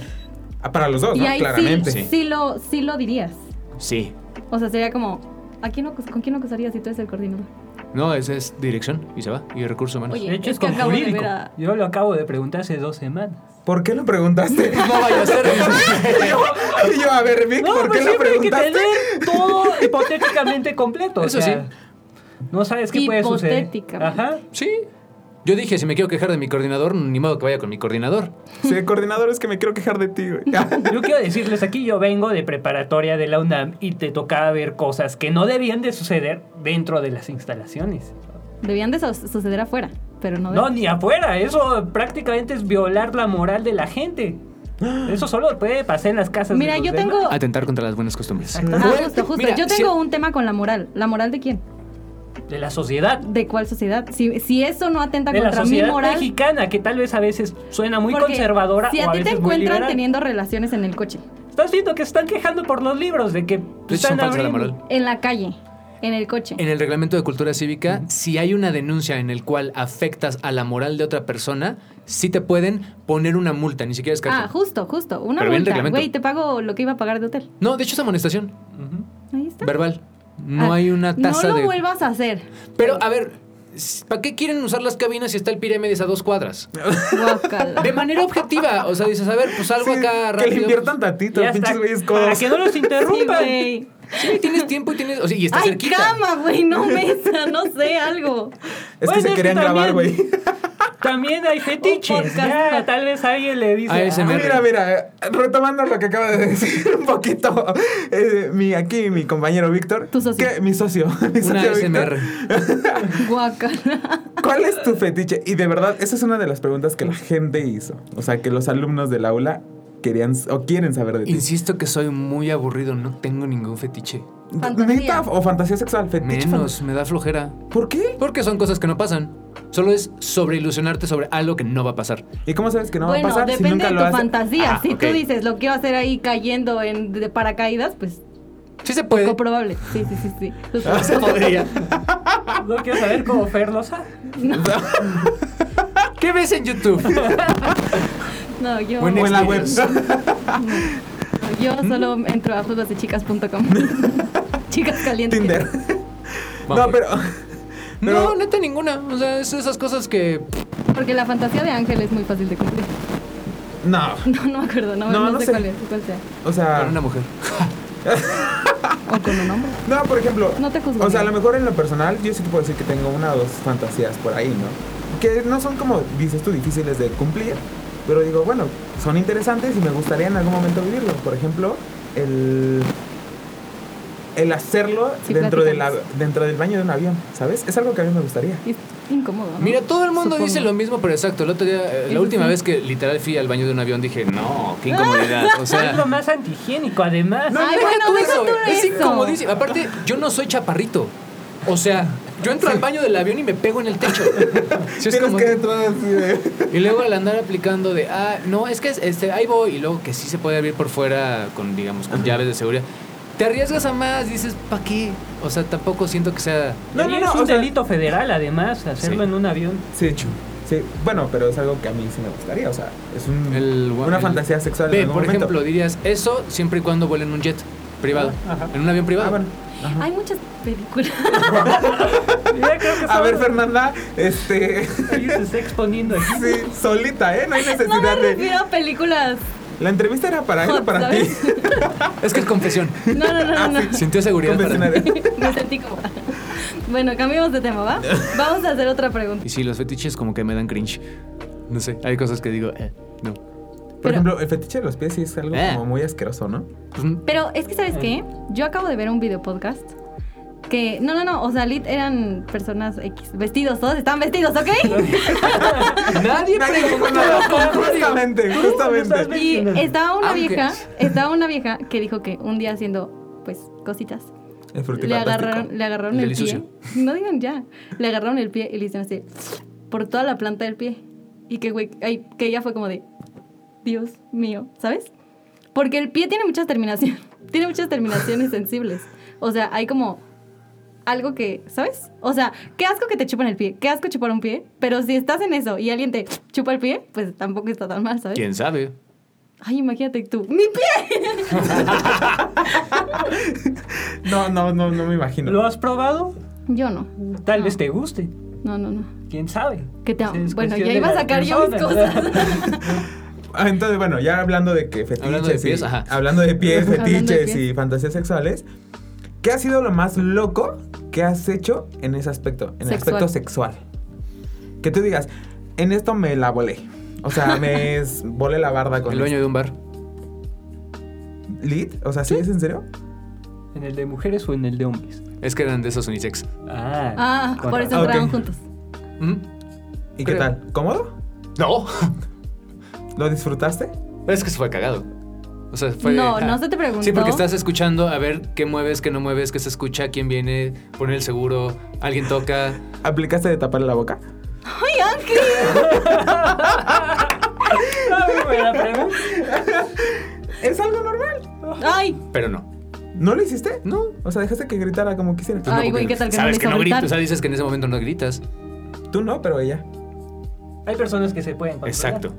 [SPEAKER 5] Ah, Para los dos,
[SPEAKER 4] y
[SPEAKER 5] ¿no?
[SPEAKER 4] ahí
[SPEAKER 5] Claramente.
[SPEAKER 4] sí, sí, lo, sí lo dirías.
[SPEAKER 6] Sí.
[SPEAKER 4] O sea, sería como, ¿a quién acus- ¿con quién acusarías si tú eres el coordinador?
[SPEAKER 6] No, esa es dirección y se va. Y recursos humanos.
[SPEAKER 4] Oye.
[SPEAKER 3] De hecho,
[SPEAKER 4] Es
[SPEAKER 3] es,
[SPEAKER 4] que
[SPEAKER 3] con
[SPEAKER 4] acabo de
[SPEAKER 3] jurídico.
[SPEAKER 4] ver a-
[SPEAKER 3] Yo lo acabo de preguntar hace dos
[SPEAKER 4] [LAUGHS]
[SPEAKER 3] semanas.
[SPEAKER 5] ¿Por qué lo preguntaste?
[SPEAKER 6] [LAUGHS]
[SPEAKER 5] [LAUGHS]
[SPEAKER 6] No vaya a ser.
[SPEAKER 5] y yo, a ver, Vic,
[SPEAKER 3] No,
[SPEAKER 5] ¿por qué
[SPEAKER 3] pues
[SPEAKER 5] lo
[SPEAKER 3] siempre hay que
[SPEAKER 5] preguntaste?
[SPEAKER 3] tener todo
[SPEAKER 4] [LAUGHS]
[SPEAKER 3] hipotéticamente completo. o
[SPEAKER 6] Eso
[SPEAKER 3] sea,
[SPEAKER 6] sí.
[SPEAKER 3] No sabes qué puede suceder.
[SPEAKER 4] Hipotéticamente.
[SPEAKER 3] Ajá.
[SPEAKER 6] Sí. Yo dije, si me quiero quejar de mi coordinador, ni modo que vaya con mi coordinador.
[SPEAKER 5] Sí, coordinador, es que me quiero quejar de
[SPEAKER 4] [LAUGHS]
[SPEAKER 5] ti, güey.
[SPEAKER 3] Yo quiero decirles aquí, yo vengo de preparatoria de la UNAM y te tocaba ver cosas que no debían de suceder dentro de las instalaciones.
[SPEAKER 4] Debían de su- suceder afuera, pero no de...
[SPEAKER 3] No, ni afuera. Eso prácticamente es violar la moral de la
[SPEAKER 4] [GASPS]
[SPEAKER 3] gente. Eso solo puede pasar en las casas.
[SPEAKER 4] Mira,
[SPEAKER 3] de los
[SPEAKER 4] yo tengo...
[SPEAKER 3] demás.
[SPEAKER 6] Atentar contra las buenas costumbres.
[SPEAKER 4] Ah, justo, justo.
[SPEAKER 6] Mira,
[SPEAKER 4] Yo
[SPEAKER 6] si-
[SPEAKER 4] tengo un tema con la moral. ¿La moral de quién?
[SPEAKER 3] De la sociedad.
[SPEAKER 4] ¿De cuál sociedad? Si, si eso no atenta
[SPEAKER 3] De la
[SPEAKER 4] contra mi
[SPEAKER 3] sociedad
[SPEAKER 4] moral...
[SPEAKER 3] mexicana, que tal vez a veces suena muy
[SPEAKER 4] porque
[SPEAKER 3] conservadora
[SPEAKER 4] Si
[SPEAKER 3] o a
[SPEAKER 4] a ti te
[SPEAKER 3] veces muy
[SPEAKER 4] encuentran
[SPEAKER 3] liberal.
[SPEAKER 4] teniendo relaciones en el coche,
[SPEAKER 3] Estás viendo que están quejando por los libros, de que pues,
[SPEAKER 4] Pues
[SPEAKER 5] Pues,
[SPEAKER 6] De hecho,
[SPEAKER 3] están
[SPEAKER 6] son falsa la
[SPEAKER 3] abriendo-
[SPEAKER 6] moral.
[SPEAKER 4] en la calle, en el coche...
[SPEAKER 6] En el reglamento de cultura cívica, si hay una denuncia en el cual afectas a la moral de otra persona, sí te pueden poner una multa, ni siquiera es cárcel.
[SPEAKER 4] Ah, justo, justo. Una
[SPEAKER 6] Pero ve el
[SPEAKER 4] multa.
[SPEAKER 6] reglamento.
[SPEAKER 4] Güey, te pago lo que iba a pagar de hotel.
[SPEAKER 6] No, de hecho es amonestación
[SPEAKER 4] Ahí está.
[SPEAKER 6] verbal. No
[SPEAKER 4] Ah,
[SPEAKER 6] hay una tasa
[SPEAKER 4] No lo
[SPEAKER 6] de...
[SPEAKER 4] vuelvas a hacer.
[SPEAKER 6] Pero, a ver, s- ¿para qué quieren usar las cabinas si está el Pirámides a dos cuadras?
[SPEAKER 3] [LAUGHS]
[SPEAKER 4] Guácala.
[SPEAKER 6] De manera objetiva. O sea, dices, a ver, pues algo
[SPEAKER 5] Sí,
[SPEAKER 6] acá
[SPEAKER 5] que le
[SPEAKER 6] rápido.
[SPEAKER 5] inviertan tantito,
[SPEAKER 3] Ya
[SPEAKER 5] pinches
[SPEAKER 3] está.
[SPEAKER 5] güeyes
[SPEAKER 3] Para
[SPEAKER 5] codos.
[SPEAKER 3] que no
[SPEAKER 5] [LAUGHS]
[SPEAKER 3] los
[SPEAKER 4] Sí,
[SPEAKER 3] interrumpan.
[SPEAKER 4] güey.
[SPEAKER 6] Sí, tienes tiempo y tienes. O sea, y está
[SPEAKER 4] Ay,
[SPEAKER 6] cerquita.
[SPEAKER 4] cama, güey,
[SPEAKER 6] [LAUGHS]
[SPEAKER 4] no mesa, no sé, algo.
[SPEAKER 5] Es que
[SPEAKER 3] Bueno,
[SPEAKER 5] se
[SPEAKER 3] es
[SPEAKER 5] querían
[SPEAKER 3] que
[SPEAKER 5] grabar, güey.
[SPEAKER 3] también- También hay fetiches.
[SPEAKER 4] podcast.
[SPEAKER 3] Ya, tal vez alguien le dice.
[SPEAKER 6] ASMR.
[SPEAKER 3] "Ah,
[SPEAKER 5] Mira, mira, retomando lo que acaba de decir [LAUGHS] un poquito, eh, mi, aquí mi compañero Víctor.
[SPEAKER 4] Tu socio.
[SPEAKER 5] ¿Qué? Mi socio. [LAUGHS] Mi
[SPEAKER 6] Una
[SPEAKER 5] socio
[SPEAKER 6] ASMR.
[SPEAKER 4] Guacala.
[SPEAKER 5] ¿Cuál es tu fetiche? Y de verdad, esa es una de las preguntas que la gente hizo. O sea, que los alumnos del aula querían o quieren saber de ti.
[SPEAKER 6] Insisto que soy muy aburrido, no tengo ningún fetiche.
[SPEAKER 4] Fantasía.
[SPEAKER 5] ¿Neta? ¿O fantasía sexual? ¿Fetiche?
[SPEAKER 6] Menos, me da flojera.
[SPEAKER 5] fan- ¿Por qué?
[SPEAKER 6] Porque son cosas que no pasan. Solo es sobreilusionarte sobre algo que no va a pasar.
[SPEAKER 5] ¿Y cómo sabes que no
[SPEAKER 4] bueno,
[SPEAKER 5] va a pasar si
[SPEAKER 4] depende
[SPEAKER 5] nunca
[SPEAKER 4] de tu
[SPEAKER 5] lo haces?
[SPEAKER 4] fantasía.
[SPEAKER 6] Ah,
[SPEAKER 4] si
[SPEAKER 6] ok.
[SPEAKER 4] tú dices lo quiero hacer ahí cayendo en de paracaídas, pues
[SPEAKER 6] Sí se puede.
[SPEAKER 4] poco probable. Sí, sí, sí, sí. Justo.
[SPEAKER 6] Se podría.
[SPEAKER 3] No quiero saber cómo Fer lo sabe.
[SPEAKER 6] ¿Qué ves en [LAUGHS] YouTube?
[SPEAKER 4] No, yo,
[SPEAKER 6] Bueno,
[SPEAKER 5] O en la web.
[SPEAKER 4] yo solo entro a jugosdechicas.com. Chicas calientes.
[SPEAKER 5] [LAUGHS]
[SPEAKER 6] [LAUGHS]
[SPEAKER 5] Tinder.
[SPEAKER 6] Vamos.
[SPEAKER 5] No, pero.
[SPEAKER 6] No, neta ninguna. O sea, es esas cosas que.
[SPEAKER 4] Porque la fantasía de Ángel es muy fácil de cumplir. [LAUGHS]
[SPEAKER 5] No.
[SPEAKER 4] No, no me acuerdo, no,
[SPEAKER 5] No,
[SPEAKER 4] no
[SPEAKER 5] no
[SPEAKER 4] sé,
[SPEAKER 5] sé.
[SPEAKER 4] cuál es, cuál sea.
[SPEAKER 5] O sea.
[SPEAKER 6] Para una mujer.
[SPEAKER 4] O con un hombre.
[SPEAKER 5] No, por ejemplo.
[SPEAKER 4] No te juzgo,
[SPEAKER 5] O sea, a lo
[SPEAKER 4] Miguel.
[SPEAKER 5] mejor en lo personal, yo sí te puedo decir que tengo una o dos fantasías por ahí, ¿no? Que no son como, dices tú, difíciles de cumplir. Pero digo, bueno, son interesantes y me gustaría en algún momento vivirlo. Por ejemplo, el. El hacerlo
[SPEAKER 4] Sí,
[SPEAKER 5] dentro, de la,
[SPEAKER 4] platícanos.
[SPEAKER 5] dentro del baño de un avión, ¿sabes? Es algo que a mí me gustaría.
[SPEAKER 4] Es incómodo. ¿no?
[SPEAKER 6] Mira, todo el mundo dice
[SPEAKER 4] Supongo.
[SPEAKER 6] lo mismo, pero exacto. El otro día, eh,
[SPEAKER 4] Eso
[SPEAKER 6] la última
[SPEAKER 4] sí.
[SPEAKER 6] vez que literal fui al baño de un avión, dije, no, [LAUGHS] qué incomodidad. O sea,
[SPEAKER 3] Es lo más antihigiénico, además.
[SPEAKER 6] No,
[SPEAKER 4] Ay,
[SPEAKER 6] deja
[SPEAKER 4] bueno,
[SPEAKER 6] tú
[SPEAKER 4] deja
[SPEAKER 6] eso.
[SPEAKER 4] tú
[SPEAKER 6] es
[SPEAKER 4] eso.
[SPEAKER 6] incomodísimo. Aparte, yo no soy chaparrito. O sea, yo entro al baño del avión y me pego en el techo. [LAUGHS] Sí, es
[SPEAKER 5] Tienes
[SPEAKER 6] como-
[SPEAKER 5] que entrar así
[SPEAKER 6] [LAUGHS]
[SPEAKER 5] de-
[SPEAKER 6] Y luego al andar aplicando de, ah, no, es que es- este, ahí voy. Y luego que sí se puede abrir por fuera con, digamos, con llaves de seguridad. te arriesgas a más, dices, ¿pa' qué? O sea, tampoco siento que sea...
[SPEAKER 5] No, no,
[SPEAKER 3] Y
[SPEAKER 5] no,
[SPEAKER 3] Es un
[SPEAKER 5] o sea-
[SPEAKER 3] delito federal, además, hacerlo en un
[SPEAKER 5] [LAUGHS]
[SPEAKER 3] avión.
[SPEAKER 5] Sí, sí. Bueno, pero es algo que a mí sí me gustaría. O sea, es un-
[SPEAKER 6] El-
[SPEAKER 5] una
[SPEAKER 6] el-
[SPEAKER 5] fantasía sexual.
[SPEAKER 6] Ve,
[SPEAKER 5] en algún
[SPEAKER 6] por
[SPEAKER 5] momento.
[SPEAKER 6] ejemplo, dirías eso siempre y cuando vuelen un jet privado. En un avión privado.
[SPEAKER 5] Ah, bueno.
[SPEAKER 4] Hay muchas películas. [LAUGHS]
[SPEAKER 3] Ya creo que
[SPEAKER 5] A ver,
[SPEAKER 3] solo-
[SPEAKER 5] Fernanda, este. [LAUGHS]
[SPEAKER 3] Alguien se está exponiendo aquí.
[SPEAKER 5] sí, solita, ¿eh? No hay
[SPEAKER 4] No me
[SPEAKER 5] necesidad de.
[SPEAKER 4] refiero a películas.
[SPEAKER 5] La entrevista era para él o
[SPEAKER 4] hot,
[SPEAKER 5] para ti.
[SPEAKER 4] ¿sabes?
[SPEAKER 6] Es que
[SPEAKER 5] [LAUGHS]
[SPEAKER 6] es confesión.
[SPEAKER 4] No, no, no, no. no.
[SPEAKER 6] Sintió seguridad para mí.
[SPEAKER 5] Confesionario.
[SPEAKER 4] [LAUGHS] Me sentí como. Bueno, cambiamos de tema,
[SPEAKER 6] [LAUGHS]
[SPEAKER 4] ¿va? Vamos a hacer otra pregunta.
[SPEAKER 6] Y sí, los fetiches como que me dan cringe. No sé, hay cosas que digo, eh, no.
[SPEAKER 5] [LAUGHS] Por ejemplo, el fetiche de los pies sí es algo
[SPEAKER 6] Eh.
[SPEAKER 5] como muy asqueroso, ¿no?
[SPEAKER 6] Pues, mm,
[SPEAKER 4] Pero es que, ¿sabes qué? Yo acabo de ver un video podcast que. No, no, no. O sea, lit eran personas X. Vestidos, todos estaban vestidos,
[SPEAKER 6] [LAUGHS]
[SPEAKER 4] ¿ok?
[SPEAKER 5] [LAUGHS]
[SPEAKER 6] Nadie
[SPEAKER 5] Nadie dijo
[SPEAKER 6] preguntó
[SPEAKER 5] nada. [LAUGHS]
[SPEAKER 6] lo contrario.
[SPEAKER 5] Justamente, justamente.
[SPEAKER 4] Y estaba una
[SPEAKER 6] Aunque-
[SPEAKER 4] vieja. Estaba una vieja que dijo que un día haciendo, pues, cositas.
[SPEAKER 5] El
[SPEAKER 4] Le
[SPEAKER 5] frutifantástico.
[SPEAKER 4] agarraron, le agarraron
[SPEAKER 6] Le
[SPEAKER 4] el
[SPEAKER 6] di
[SPEAKER 4] pie. [LAUGHS]
[SPEAKER 6] sucio.
[SPEAKER 4] No digan ya. Le agarraron el pie y le hicieron así. Por toda la planta del pie. Y que, güey, ay, que ella fue como de. Dios mío, ¿sabes? Porque el pie tiene muchas terminaciones. [LAUGHS] Tiene muchas terminaciones sensibles. O sea, hay como. Algo que, ¿sabes? O sea, qué asco que te chupan el pie, qué asco chupar un pie, pero si estás en eso y alguien te chupa el pie, pues tampoco está tan mal, ¿sabes?
[SPEAKER 6] ¿Quién sabe?
[SPEAKER 4] Ay, imagínate tú, mi pie. [LAUGHS]
[SPEAKER 5] No, no, no, no me imagino.
[SPEAKER 3] ¿Lo has probado?
[SPEAKER 4] Yo no,
[SPEAKER 3] Tal vez te guste.
[SPEAKER 4] no, no, no.
[SPEAKER 3] ¿Quién sabe?
[SPEAKER 4] Que te-
[SPEAKER 3] Es
[SPEAKER 4] bueno,
[SPEAKER 3] cuestión
[SPEAKER 4] ya
[SPEAKER 3] de
[SPEAKER 4] iba a
[SPEAKER 3] la
[SPEAKER 4] sacar yo mis
[SPEAKER 3] persona,
[SPEAKER 4] cosas.
[SPEAKER 5] Ah, entonces, bueno, ya hablando de que fetiches.
[SPEAKER 6] Hablando de pies,
[SPEAKER 5] y-
[SPEAKER 6] ajá.
[SPEAKER 5] Hablando de
[SPEAKER 4] [LAUGHS]
[SPEAKER 5] pies,
[SPEAKER 4] Hablando de
[SPEAKER 5] fetiches
[SPEAKER 4] pies.
[SPEAKER 5] y fantasías sexuales. ¿Qué ha sido lo más loco que has hecho en ese aspecto? En el
[SPEAKER 4] Sexual.
[SPEAKER 5] aspecto sexual. Que tú digas, en esto me la volé. O sea,
[SPEAKER 4] [LAUGHS]
[SPEAKER 5] me es- volé la barda con este.
[SPEAKER 6] El dueño de un bar.
[SPEAKER 5] esto. ¿Lit? O sea, ¿sí es en serio?
[SPEAKER 3] [LAUGHS] ¿En el de mujeres o en el de hombres?
[SPEAKER 6] Es que eran de esos unisex.
[SPEAKER 3] Ah,
[SPEAKER 4] Ah,
[SPEAKER 3] con
[SPEAKER 4] por
[SPEAKER 3] razón.
[SPEAKER 4] eso
[SPEAKER 5] Ah, ok.
[SPEAKER 4] entraron juntos.
[SPEAKER 6] ¿Mm?
[SPEAKER 5] ¿Y qué
[SPEAKER 6] Creo.
[SPEAKER 5] tal? ¿Cómodo?
[SPEAKER 6] No.
[SPEAKER 5] ¿Lo disfrutaste?
[SPEAKER 6] [LAUGHS] Es que se fue cagado. O sea, fue.
[SPEAKER 4] No,
[SPEAKER 6] ajá.
[SPEAKER 4] no se te preguntó.
[SPEAKER 6] Sí, porque estás escuchando a ver qué mueves, qué no mueves, qué se escucha, quién viene, poner el seguro, alguien toca.
[SPEAKER 5] ¿Aplicaste de taparle la boca?
[SPEAKER 4] ¡Ay, Ángel!
[SPEAKER 3] Ah, muy buena pregunta.
[SPEAKER 5] Es algo normal.
[SPEAKER 4] ¡Ay!
[SPEAKER 6] Pero no.
[SPEAKER 5] ¿No lo hiciste?
[SPEAKER 6] No.
[SPEAKER 5] O sea, dejaste que gritara como quisiera.
[SPEAKER 4] Ah. Ay, güey, ¿qué tal que no
[SPEAKER 6] Sabes
[SPEAKER 4] le
[SPEAKER 6] que
[SPEAKER 4] hizo
[SPEAKER 6] no
[SPEAKER 4] gritar?
[SPEAKER 6] gritas. O sea, dices que en ese momento no gritas.
[SPEAKER 5] Tú no, pero ella.
[SPEAKER 3] Hay personas que se pueden controlar.
[SPEAKER 6] Exacto.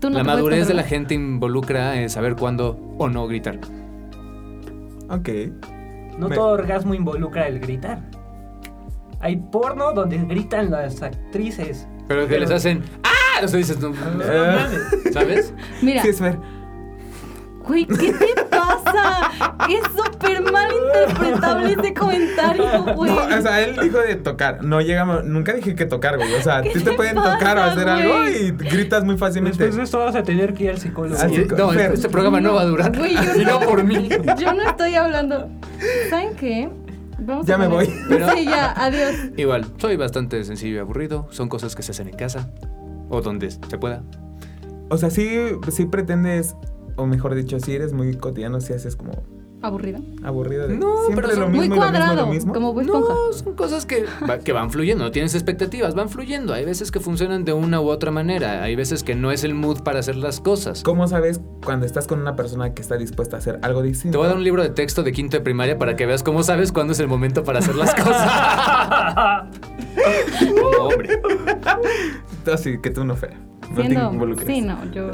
[SPEAKER 4] Tú no te
[SPEAKER 6] la
[SPEAKER 4] puedes
[SPEAKER 6] madurez de la
[SPEAKER 4] controlar.
[SPEAKER 6] gente involucra eh, saber cuándo o no gritar.
[SPEAKER 5] Ok.
[SPEAKER 3] No
[SPEAKER 5] Me-
[SPEAKER 3] todo orgasmo involucra el gritar. Hay porno donde gritan las actrices.
[SPEAKER 6] Pero que les hacen ¡Ah! O sea, dices, no,
[SPEAKER 3] No mames.
[SPEAKER 6] ¿sabes? [LAUGHS]
[SPEAKER 4] Mira,
[SPEAKER 5] Sí, es ver.
[SPEAKER 4] güey, ¿qué te pasa? Es súper mal interpretable ese comentario, güey.
[SPEAKER 5] No, o sea, él dijo de tocar. No llegamos, nunca dije que tocar, güey. O sea,
[SPEAKER 4] ¿Qué
[SPEAKER 5] sí te
[SPEAKER 4] te
[SPEAKER 5] pueden
[SPEAKER 4] pasa,
[SPEAKER 5] tocar o hacer
[SPEAKER 4] güey?
[SPEAKER 5] algo y gritas muy fácilmente.
[SPEAKER 3] Después de esto vas a tener que ir al psicólogo.
[SPEAKER 5] Así
[SPEAKER 6] Sí, no,
[SPEAKER 5] Fer.
[SPEAKER 6] este programa no va a durar.
[SPEAKER 4] Güey, yo
[SPEAKER 6] [LAUGHS] y no
[SPEAKER 4] no.
[SPEAKER 6] por mí.
[SPEAKER 4] Yo no estoy hablando. ¿Saben qué? Vamos
[SPEAKER 5] Ya me
[SPEAKER 4] poner-
[SPEAKER 5] voy.
[SPEAKER 6] Pero-
[SPEAKER 4] Sí, ya, adiós.
[SPEAKER 6] Igual, soy bastante sencillo y aburrido. Son cosas que se hacen en casa o donde se pueda.
[SPEAKER 5] O sea, sí, sí pretendes, o mejor dicho, sí eres muy cotidiano, si haces como
[SPEAKER 4] Aburrido.
[SPEAKER 5] aburrido. De,
[SPEAKER 6] No,
[SPEAKER 5] siempre
[SPEAKER 6] pero son
[SPEAKER 5] lo mismo,
[SPEAKER 4] Muy
[SPEAKER 5] y lo mismo,
[SPEAKER 4] cuadrado,
[SPEAKER 5] lo mismo.
[SPEAKER 4] como Bob esponja.
[SPEAKER 6] No, son cosas que, va- que van fluyendo, no tienes expectativas, van fluyendo. Hay veces que funcionan de una u otra manera, hay veces que no es el mood para hacer las cosas.
[SPEAKER 5] ¿Cómo sabes cuando estás con una persona que está dispuesta a hacer algo distinto?
[SPEAKER 6] Te voy a dar un libro de texto de quinto de primaria para que veas cómo sabes cuándo es el momento para hacer las cosas. [LAUGHS] Como hombre.
[SPEAKER 5] [LAUGHS] Así que tú no, Fer. No
[SPEAKER 4] Siendo-
[SPEAKER 5] te involucres.
[SPEAKER 4] sí, no, yo.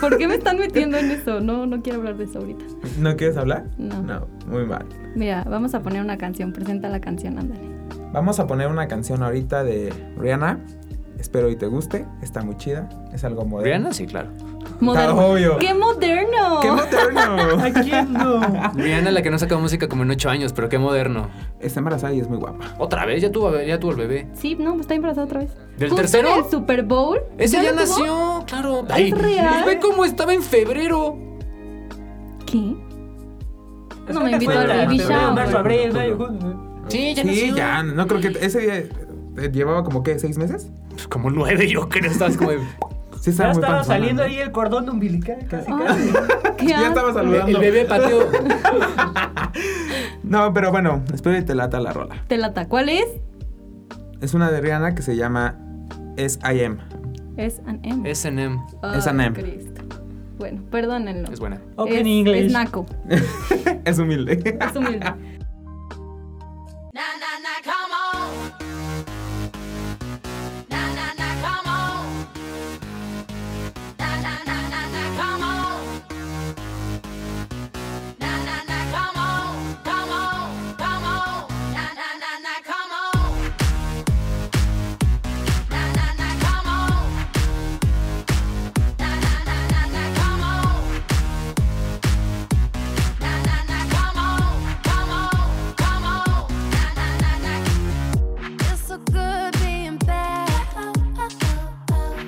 [SPEAKER 4] ¿Por qué me están metiendo en eso? No, no quiero hablar de eso ahorita.
[SPEAKER 5] ¿No quieres hablar?
[SPEAKER 4] No.
[SPEAKER 5] No, muy mal.
[SPEAKER 4] Mira, vamos a poner una canción. Presenta la canción, ándale.
[SPEAKER 5] Vamos a poner una canción ahorita de Rihanna. Espero y te guste. Está muy chida. Es algo moderno.
[SPEAKER 6] Rihanna, sí, claro.
[SPEAKER 4] Moderno.
[SPEAKER 5] Está obvio.
[SPEAKER 4] ¡Qué moderno!
[SPEAKER 5] Oh. ¡Qué moderno! [LAUGHS]
[SPEAKER 3] ¿A quién
[SPEAKER 4] [LAUGHS]
[SPEAKER 3] no?
[SPEAKER 6] Rihanna, la que no saca música como en ocho años, pero qué moderno.
[SPEAKER 5] Está embarazada y es muy guapa.
[SPEAKER 6] Otra vez, ya tuvo, ya tuvo el bebé.
[SPEAKER 4] Sí, no, está embarazada otra vez.
[SPEAKER 6] ¿Del
[SPEAKER 4] Justo
[SPEAKER 6] tercero?
[SPEAKER 4] en el Super Bowl.
[SPEAKER 6] Ese ya,
[SPEAKER 4] lo tuvo?
[SPEAKER 6] nació, claro.
[SPEAKER 4] ¿Es real?
[SPEAKER 6] Ve cómo estaba en febrero.
[SPEAKER 5] [LAUGHS]
[SPEAKER 4] ¿Qué? No
[SPEAKER 3] Saca
[SPEAKER 4] me invitó
[SPEAKER 3] su-
[SPEAKER 4] al baby
[SPEAKER 3] febrero, Marzo,
[SPEAKER 4] shower.
[SPEAKER 3] abril, mayo, junio.
[SPEAKER 6] Sí, ya
[SPEAKER 5] Sí,
[SPEAKER 6] nació.
[SPEAKER 5] ya. No creo que. Ese día, eh, llevaba como que seis meses.
[SPEAKER 6] Pues Como nueve, yo creo. Estabas como. de-
[SPEAKER 5] Sí,
[SPEAKER 3] Ya
[SPEAKER 5] estaba muy
[SPEAKER 3] estaba
[SPEAKER 5] panzona,
[SPEAKER 3] saliendo
[SPEAKER 5] ¿no?
[SPEAKER 3] ahí el cordón umbilical, casi casi.
[SPEAKER 4] Ay, qué
[SPEAKER 5] Ya estaba
[SPEAKER 4] asco.
[SPEAKER 5] saludando.
[SPEAKER 6] El bebé pateó.
[SPEAKER 5] No, pero bueno, espero que te lata la rola.
[SPEAKER 4] Te lata. ¿Cuál es?
[SPEAKER 5] Es una de Rihanna que se llama Es I Am. [LAUGHS]
[SPEAKER 4] Es an M.
[SPEAKER 6] SM.
[SPEAKER 4] Ay,
[SPEAKER 5] es an M.
[SPEAKER 4] Cristo. Bueno, perdónenlo.
[SPEAKER 6] Es buena.
[SPEAKER 3] Open
[SPEAKER 4] es,
[SPEAKER 3] English.
[SPEAKER 4] Es naco.
[SPEAKER 5] es humilde. [LAUGHS]
[SPEAKER 4] Es
[SPEAKER 6] [LAUGHS]
[SPEAKER 4] humilde.
[SPEAKER 6] Ah.
[SPEAKER 2] Na na na, come on. Na na na, come on. Na na na na na, come on. Na na na, come on, come on, come on. Na na na na, come on. Na na na, come on. Na na na na na, come on. Na na na, come on, come on, come on. Na na na na. Feels so good being back.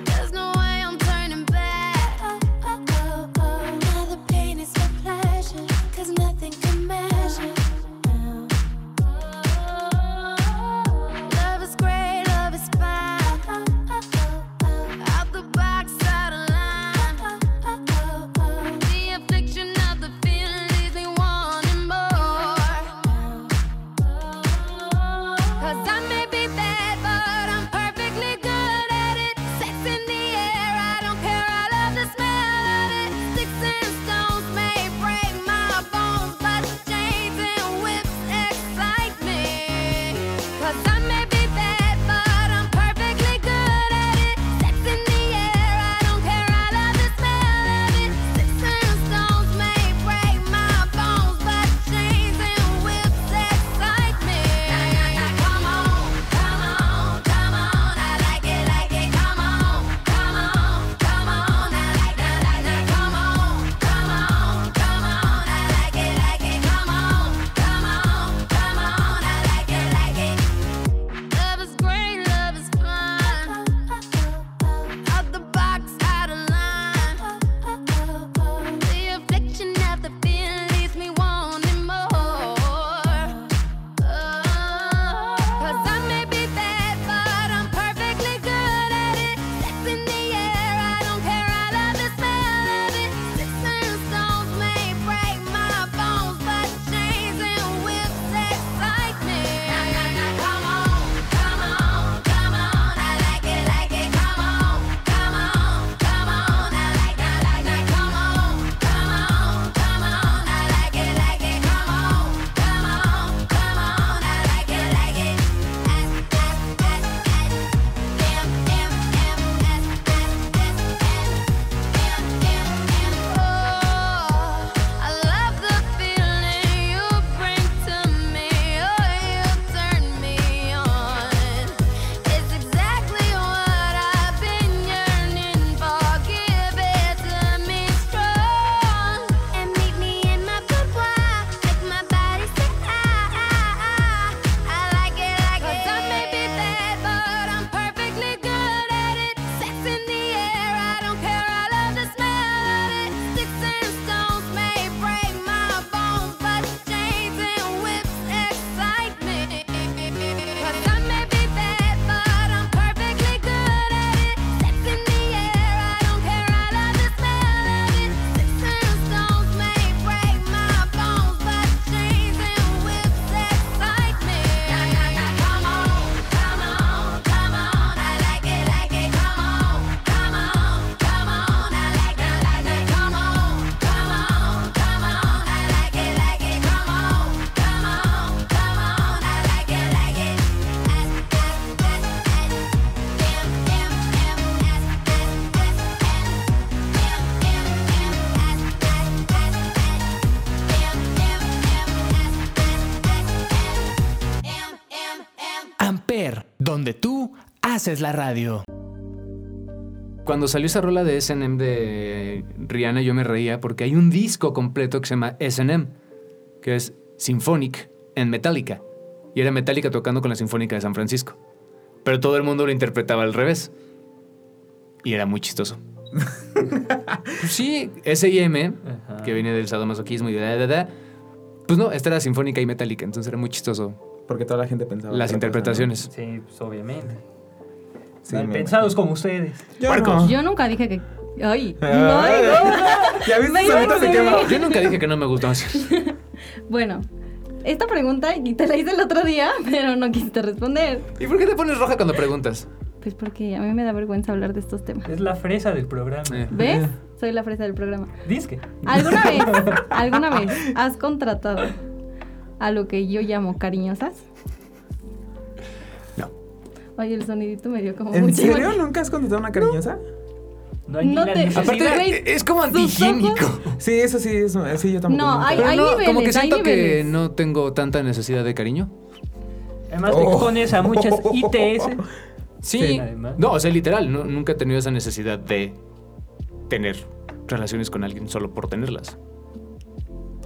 [SPEAKER 2] There's no way I'm turning back. Now the pain is for pleasure, 'cause nothing can measure. Love is great, love is fine. Out the box, out of line. The affliction of the feeling leaves me wanting more. Cause I may be bad, but I'm perfectly good at it. Sex in the air, I don't care, I love the smell of it. Sticks and stones may break my bones, but chains and whips excite me. Cause I may be bad, but I'm perfectly good at it. Sex in the air, I don't care, I love the smell of it. Sticks and stones may break my bones, but chains and whips excite me. Come on, come on, come on, I like it, like it. Come on, come on, come on, I like that, like that. Come on, come on, come on, I like it, like it. Come on, come on, come on, I like it, like it. Love is great, love is fun. Out the box, out of line. The affliction of the feeling leaves me wanting more. Cause I may be bad, but I'm perfectly good at it. Sex in the air, I don't care, I love the smell of it. Six and stones may break my bones, but chains and whips excite me. Come on, come on, come on, I like it, like it. Come on, come on, come on, I like that, like that. Come on, come on, come on, I like it, like it. Come on, come on, come on, I like it, like it. S S S S M M M S S S N M M M. Oh, I love the feeling you bring to me. Oh, you turn me on. It's exactly what I've been yearning for. Give it to me strong and meet me in my boudoir. Make my body say ah. I like it, like it. 'Cause I may be bad, but I'm perfectly good at it. Sex in the air, I don't care. I love the smell of it. Sticks and stones may break my bones, but chains and whips excite me. 'Cause I may be bad, but I'm perfectly good at it. Sex in the air, I don't care. I love the smell of it. Sticks and stones may break my bones, but chains and whips excite me. Come on, come on, come on, I like it, like it. Come on, come on, come on, I like it, like it. Come on, come on, come on, I like it, like it. Come on, come on, come on, I like it, like it. S S S S M M M S S S N M M M S S S N M M M S S S N M M M.
[SPEAKER 1] Amper, donde tú haces la radio.
[SPEAKER 9] Cuando salió esa rola de SM de Rihanna, yo me reía porque hay un disco completo que se llama SM, que es Symphonic en Metallica. Y era Metallica tocando con la Sinfónica de San Francisco. Pero todo el mundo lo interpretaba al revés. Y era muy chistoso. pues sí, S.I.M.,
[SPEAKER 3] Ajá.
[SPEAKER 9] que viene del sadomasoquismo y da, da, da. Pues no, esta era Sinfónica y Metallica, entonces era muy chistoso
[SPEAKER 5] Porque toda la gente pensaba.
[SPEAKER 9] las
[SPEAKER 5] otra cosa, ¿no?
[SPEAKER 9] interpretaciones.
[SPEAKER 3] Sí, pues obviamente.
[SPEAKER 5] Sí,
[SPEAKER 3] Mal
[SPEAKER 5] me-
[SPEAKER 3] pensados como ustedes.
[SPEAKER 5] Yo no.
[SPEAKER 4] Yo nunca dije que. Ay,
[SPEAKER 5] Ay,
[SPEAKER 4] no,
[SPEAKER 5] ¿Ya Ah. [LAUGHS] viste?
[SPEAKER 4] Me
[SPEAKER 5] Solito se
[SPEAKER 4] hice.
[SPEAKER 5] quema.
[SPEAKER 9] Yo nunca dije que no me gustaba.
[SPEAKER 4] no. Bueno, esta pregunta y te la hice el otro día, [LAUGHS] pero no quisiste responder.
[SPEAKER 9] ¿Y por qué te pones roja cuando preguntas?
[SPEAKER 4] Pues porque a mí me da vergüenza hablar de estos temas.
[SPEAKER 3] Es la fresa del programa.
[SPEAKER 9] Eh.
[SPEAKER 4] ¿Ves? Soy la fresa del programa.
[SPEAKER 3] Disque.
[SPEAKER 4] ¿Alguna
[SPEAKER 6] [LAUGHS]
[SPEAKER 4] vez, alguna vez has contratado a lo que yo llamo cariñosas?
[SPEAKER 10] No.
[SPEAKER 4] Oye, el sonidito me dio como
[SPEAKER 5] ¿En
[SPEAKER 4] mucha
[SPEAKER 5] serio?
[SPEAKER 4] imagen.
[SPEAKER 5] ¿Nunca has contestado una cariñosa?
[SPEAKER 3] [LAUGHS] No hay ni
[SPEAKER 4] No
[SPEAKER 3] la
[SPEAKER 4] te-
[SPEAKER 3] necesidad.
[SPEAKER 6] Aparte,
[SPEAKER 4] güey,
[SPEAKER 6] es como
[SPEAKER 4] sus
[SPEAKER 6] antihigiénico.
[SPEAKER 4] ojos-
[SPEAKER 5] Sí, eso sí, eso, sí, yo tampoco.
[SPEAKER 4] No,
[SPEAKER 5] nunca.
[SPEAKER 4] hay-
[SPEAKER 6] Pero no, como que
[SPEAKER 4] niveles, hay
[SPEAKER 6] siento que
[SPEAKER 4] niveles.
[SPEAKER 6] no tengo tanta necesidad de cariño.
[SPEAKER 3] Además, te
[SPEAKER 5] Oh.
[SPEAKER 3] expones a
[SPEAKER 5] [LAUGHS]
[SPEAKER 3] muchas ITS.
[SPEAKER 6] Sí,
[SPEAKER 3] Sí, además.
[SPEAKER 6] no, o sea, literal, no- nunca he tenido esa necesidad de tener relaciones con alguien solo por tenerlas.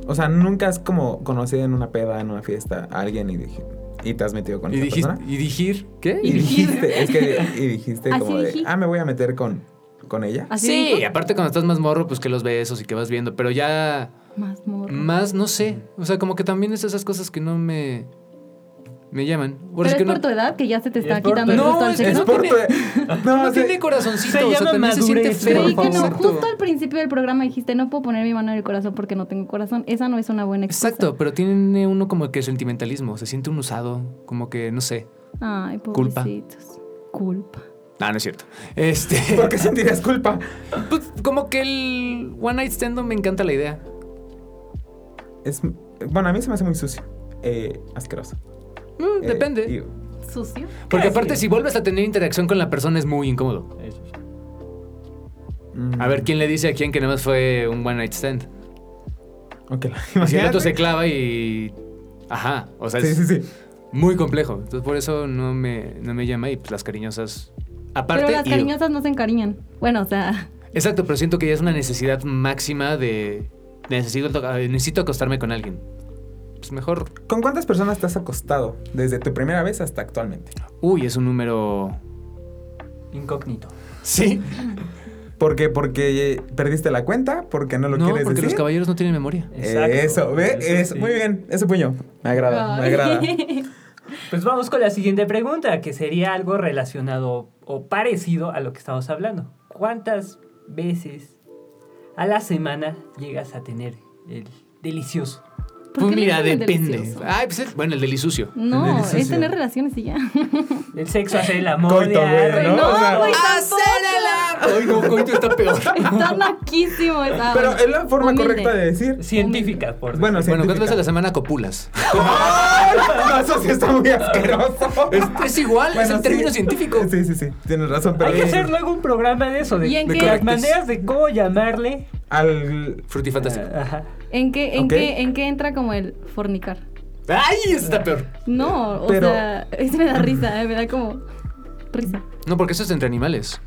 [SPEAKER 5] O sea, nunca has como conocido en una peda, en una fiesta, a alguien y, dije- y te has metido con
[SPEAKER 6] Y
[SPEAKER 5] esa
[SPEAKER 6] dijiste,
[SPEAKER 5] persona.
[SPEAKER 6] ¿y dijir qué?
[SPEAKER 5] Y dijiste, es que y dijiste
[SPEAKER 4] Así
[SPEAKER 5] como de,
[SPEAKER 4] dije.
[SPEAKER 5] ah, me voy a meter con, con ella.
[SPEAKER 4] ¿Así
[SPEAKER 6] Sí,
[SPEAKER 4] dijo?
[SPEAKER 6] aparte cuando estás más morro, pues que los besos y que vas viendo, pero ya
[SPEAKER 4] Más morro.
[SPEAKER 6] más, no sé, o sea, como que también es esas cosas que no me, me llaman.
[SPEAKER 4] Pero
[SPEAKER 6] Ahora
[SPEAKER 4] es
[SPEAKER 6] que
[SPEAKER 4] por
[SPEAKER 6] no-
[SPEAKER 4] tu edad que ya se te
[SPEAKER 3] Es
[SPEAKER 4] está
[SPEAKER 3] por
[SPEAKER 4] quitando
[SPEAKER 3] tu-
[SPEAKER 4] el
[SPEAKER 6] No,
[SPEAKER 4] gusto al
[SPEAKER 6] es-
[SPEAKER 4] sexo.
[SPEAKER 5] Es
[SPEAKER 6] Ah, no
[SPEAKER 5] por
[SPEAKER 6] tiene-
[SPEAKER 5] tu-
[SPEAKER 6] [LAUGHS] No,
[SPEAKER 5] o sea,
[SPEAKER 6] tiene corazoncito,
[SPEAKER 3] Se
[SPEAKER 6] o sea,
[SPEAKER 3] llama
[SPEAKER 6] también se siente
[SPEAKER 3] madurez,
[SPEAKER 6] feo.
[SPEAKER 4] Creí que no,
[SPEAKER 6] Exacto.
[SPEAKER 4] justo al principio del programa dijiste, no puedo poner mi mano en el corazón porque no tengo corazón. Esa no es una buena excusa.
[SPEAKER 6] Exacto, pero tiene uno como que sentimentalismo, se siente un usado, como que, no sé.
[SPEAKER 4] Ay,
[SPEAKER 6] Culpa.
[SPEAKER 4] pobrecitos. Culpa.
[SPEAKER 6] No, no es cierto. [LAUGHS] Este,
[SPEAKER 5] [LAUGHS] ¿Por qué sentirías culpa?
[SPEAKER 6] pues, como que el One Night Stand no me encanta la idea.
[SPEAKER 5] Es, bueno, a mí se me hace muy sucio. Eh, asqueroso.
[SPEAKER 6] Mm,
[SPEAKER 5] Eh, pues,
[SPEAKER 6] depende.
[SPEAKER 5] y-
[SPEAKER 4] ¿Sucio?
[SPEAKER 6] Porque
[SPEAKER 3] Casi.
[SPEAKER 6] aparte, si vuelves a tener interacción con la persona, es muy incómodo.
[SPEAKER 5] mm,
[SPEAKER 6] A ver, ¿quién le dice a quién que nada más fue un one night stand?
[SPEAKER 5] ok, [LAUGHS]
[SPEAKER 6] Si el otro
[SPEAKER 5] imagínate.
[SPEAKER 6] se clava y... Ajá, o sea,
[SPEAKER 5] Sí,
[SPEAKER 6] es
[SPEAKER 5] sí, sí.
[SPEAKER 6] muy complejo. Entonces, por eso no me, no me llama y pues, las cariñosas... Aparte,
[SPEAKER 4] Pero las
[SPEAKER 6] y-
[SPEAKER 4] cariñosas no se encariñan. Bueno, o sea,
[SPEAKER 6] Exacto, pero siento que ya es una necesidad máxima de... Necesito, to- necesito acostarme con alguien. Pues mejor...
[SPEAKER 5] ¿Con cuántas personas te has acostado desde tu primera vez hasta actualmente?
[SPEAKER 6] Uy, es un número...
[SPEAKER 3] Incógnito.
[SPEAKER 6] Sí.
[SPEAKER 5] ¿Por qué? ¿Porque perdiste la cuenta? ¿Porque no lo
[SPEAKER 6] no, porque
[SPEAKER 5] quieres
[SPEAKER 6] los
[SPEAKER 5] decir?
[SPEAKER 6] caballeros no tienen memoria.
[SPEAKER 3] Exacto.
[SPEAKER 5] Eso, ve,
[SPEAKER 3] Eso
[SPEAKER 5] es
[SPEAKER 3] sí.
[SPEAKER 5] muy bien, ese puño. Me agrada, me
[SPEAKER 4] Ay. [LAUGHS]
[SPEAKER 5] agrada.
[SPEAKER 3] Pues vamos con la siguiente pregunta, que sería algo relacionado o parecido a lo que estamos hablando. ¿Cuántas veces a la semana llegas a tener el delicioso?
[SPEAKER 4] ¿por
[SPEAKER 6] Pues
[SPEAKER 4] qué le
[SPEAKER 6] mira,
[SPEAKER 4] dicen el
[SPEAKER 6] depende.
[SPEAKER 4] delicioso?
[SPEAKER 6] Ay, pues, el- bueno, el delisucio.
[SPEAKER 5] El
[SPEAKER 4] No,
[SPEAKER 5] delicioso.
[SPEAKER 4] es tener relaciones
[SPEAKER 6] [LAUGHS]
[SPEAKER 4] y ya.
[SPEAKER 3] El sexo hace el amor.
[SPEAKER 5] Coito,
[SPEAKER 3] de-
[SPEAKER 5] güey, ¿no? O sea,
[SPEAKER 4] güey,
[SPEAKER 6] [LAUGHS] Ay, no, coito está peor.
[SPEAKER 4] Está naquísimo esa.
[SPEAKER 5] Pero
[SPEAKER 4] bueno,
[SPEAKER 5] es la forma
[SPEAKER 4] humilde.
[SPEAKER 5] correcta de decir.
[SPEAKER 3] Científica, por
[SPEAKER 5] Bueno,
[SPEAKER 6] Bueno, ¿cuántas veces a
[SPEAKER 5] científica.
[SPEAKER 6] la
[SPEAKER 5] [LAUGHS]
[SPEAKER 6] semana copulas?
[SPEAKER 5] No, eso sí está muy asqueroso.
[SPEAKER 6] Es, [LAUGHS] es igual, es
[SPEAKER 5] Bueno,
[SPEAKER 6] el
[SPEAKER 5] sí.
[SPEAKER 6] término científico.
[SPEAKER 5] Sí, sí, sí. Tienes razón, pero.
[SPEAKER 3] Hay que hacer luego un programa de eso, de,
[SPEAKER 4] ¿Y en
[SPEAKER 3] de
[SPEAKER 4] qué?
[SPEAKER 3] las maneras de cómo llamarle.
[SPEAKER 5] Al.
[SPEAKER 6] Frutifantástico.
[SPEAKER 3] Ajá.
[SPEAKER 4] ¿En qué, en,
[SPEAKER 5] Ok.
[SPEAKER 4] qué, ¿En qué entra como el fornicar?
[SPEAKER 5] Ah.
[SPEAKER 6] ¡Ay, eso está peor!
[SPEAKER 4] No, o
[SPEAKER 5] Pero-
[SPEAKER 4] sea, [LAUGHS] eso me da risa, eh, me da como
[SPEAKER 6] [LAUGHS]
[SPEAKER 4] risa.
[SPEAKER 6] No, porque eso es entre animales.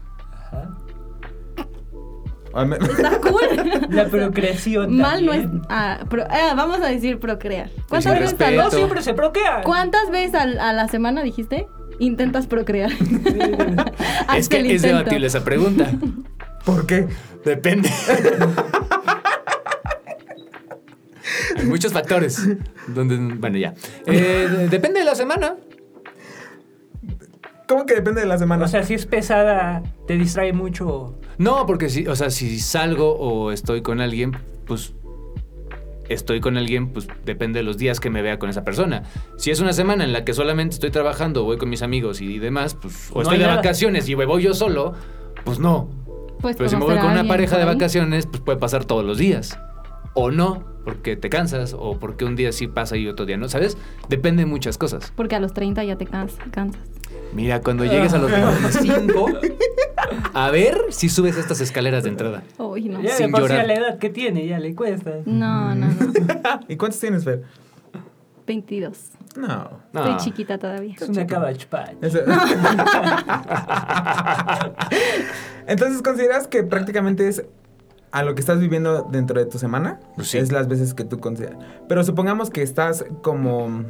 [SPEAKER 5] Ah, me- [LAUGHS]
[SPEAKER 4] Está cool.
[SPEAKER 3] La procreación.
[SPEAKER 4] Mal no es.
[SPEAKER 3] también.
[SPEAKER 4] Ah, pro- ah, vamos a decir procrear. ¿Cuántas
[SPEAKER 6] sin
[SPEAKER 4] veces,
[SPEAKER 6] respeto.
[SPEAKER 4] al-
[SPEAKER 3] No siempre se procrea.
[SPEAKER 4] ¿Cuántas veces al- a la semana dijiste? Intentas
[SPEAKER 6] [LAUGHS]
[SPEAKER 4] procrear. Hasta
[SPEAKER 6] es que
[SPEAKER 4] Ah, el
[SPEAKER 6] es
[SPEAKER 4] intento.
[SPEAKER 6] debatible esa pregunta.
[SPEAKER 5] [LAUGHS] ¿Por qué? [LAUGHS]
[SPEAKER 6] Depende. Hay muchos factores. Donde, bueno, ya. Eh, de- depende de la semana.
[SPEAKER 5] ¿Cómo que depende de la semana?
[SPEAKER 3] O sea, si es pesada, te distrae mucho.
[SPEAKER 6] No, porque si, o sea, si salgo o estoy con alguien, pues estoy con alguien, pues depende de los días que me vea con esa persona. Si es una semana en la que solamente estoy trabajando, voy con mis amigos y demás, pues o
[SPEAKER 3] No
[SPEAKER 6] estoy
[SPEAKER 3] hay
[SPEAKER 6] de
[SPEAKER 3] nada.
[SPEAKER 6] vacaciones y me voy yo solo, pues no.
[SPEAKER 4] Pues,
[SPEAKER 6] Pero si me voy
[SPEAKER 4] conocer a
[SPEAKER 6] con una
[SPEAKER 4] alguien
[SPEAKER 6] pareja de
[SPEAKER 4] por ahí.
[SPEAKER 6] vacaciones, pues puede pasar todos los días. O no, porque te cansas o porque un día sí pasa y otro día no, ¿sabes? Depende de muchas cosas.
[SPEAKER 4] Porque a los 30 ya te cansas. cansas.
[SPEAKER 6] Mira, cuando llegues
[SPEAKER 4] [LAUGHS]
[SPEAKER 6] a los 25, a ver si subes estas escaleras de entrada.
[SPEAKER 4] Uy, no.
[SPEAKER 3] Ya de
[SPEAKER 6] Sin
[SPEAKER 3] por sí a
[SPEAKER 6] llorar.
[SPEAKER 3] la edad que tiene, ya le cuesta.
[SPEAKER 4] No, no, no.
[SPEAKER 5] ¿Y cuántos tienes, Fer?
[SPEAKER 4] 22.
[SPEAKER 5] No.
[SPEAKER 6] Ah.
[SPEAKER 4] Estoy chiquita todavía.
[SPEAKER 3] Es una cabachpa.
[SPEAKER 5] Eso- [LAUGHS] Entonces, ¿consideras que prácticamente es a lo que estás viviendo dentro de tu semana?
[SPEAKER 6] Pues sí.
[SPEAKER 5] Es las veces que tú consideras. Pero supongamos que estás como...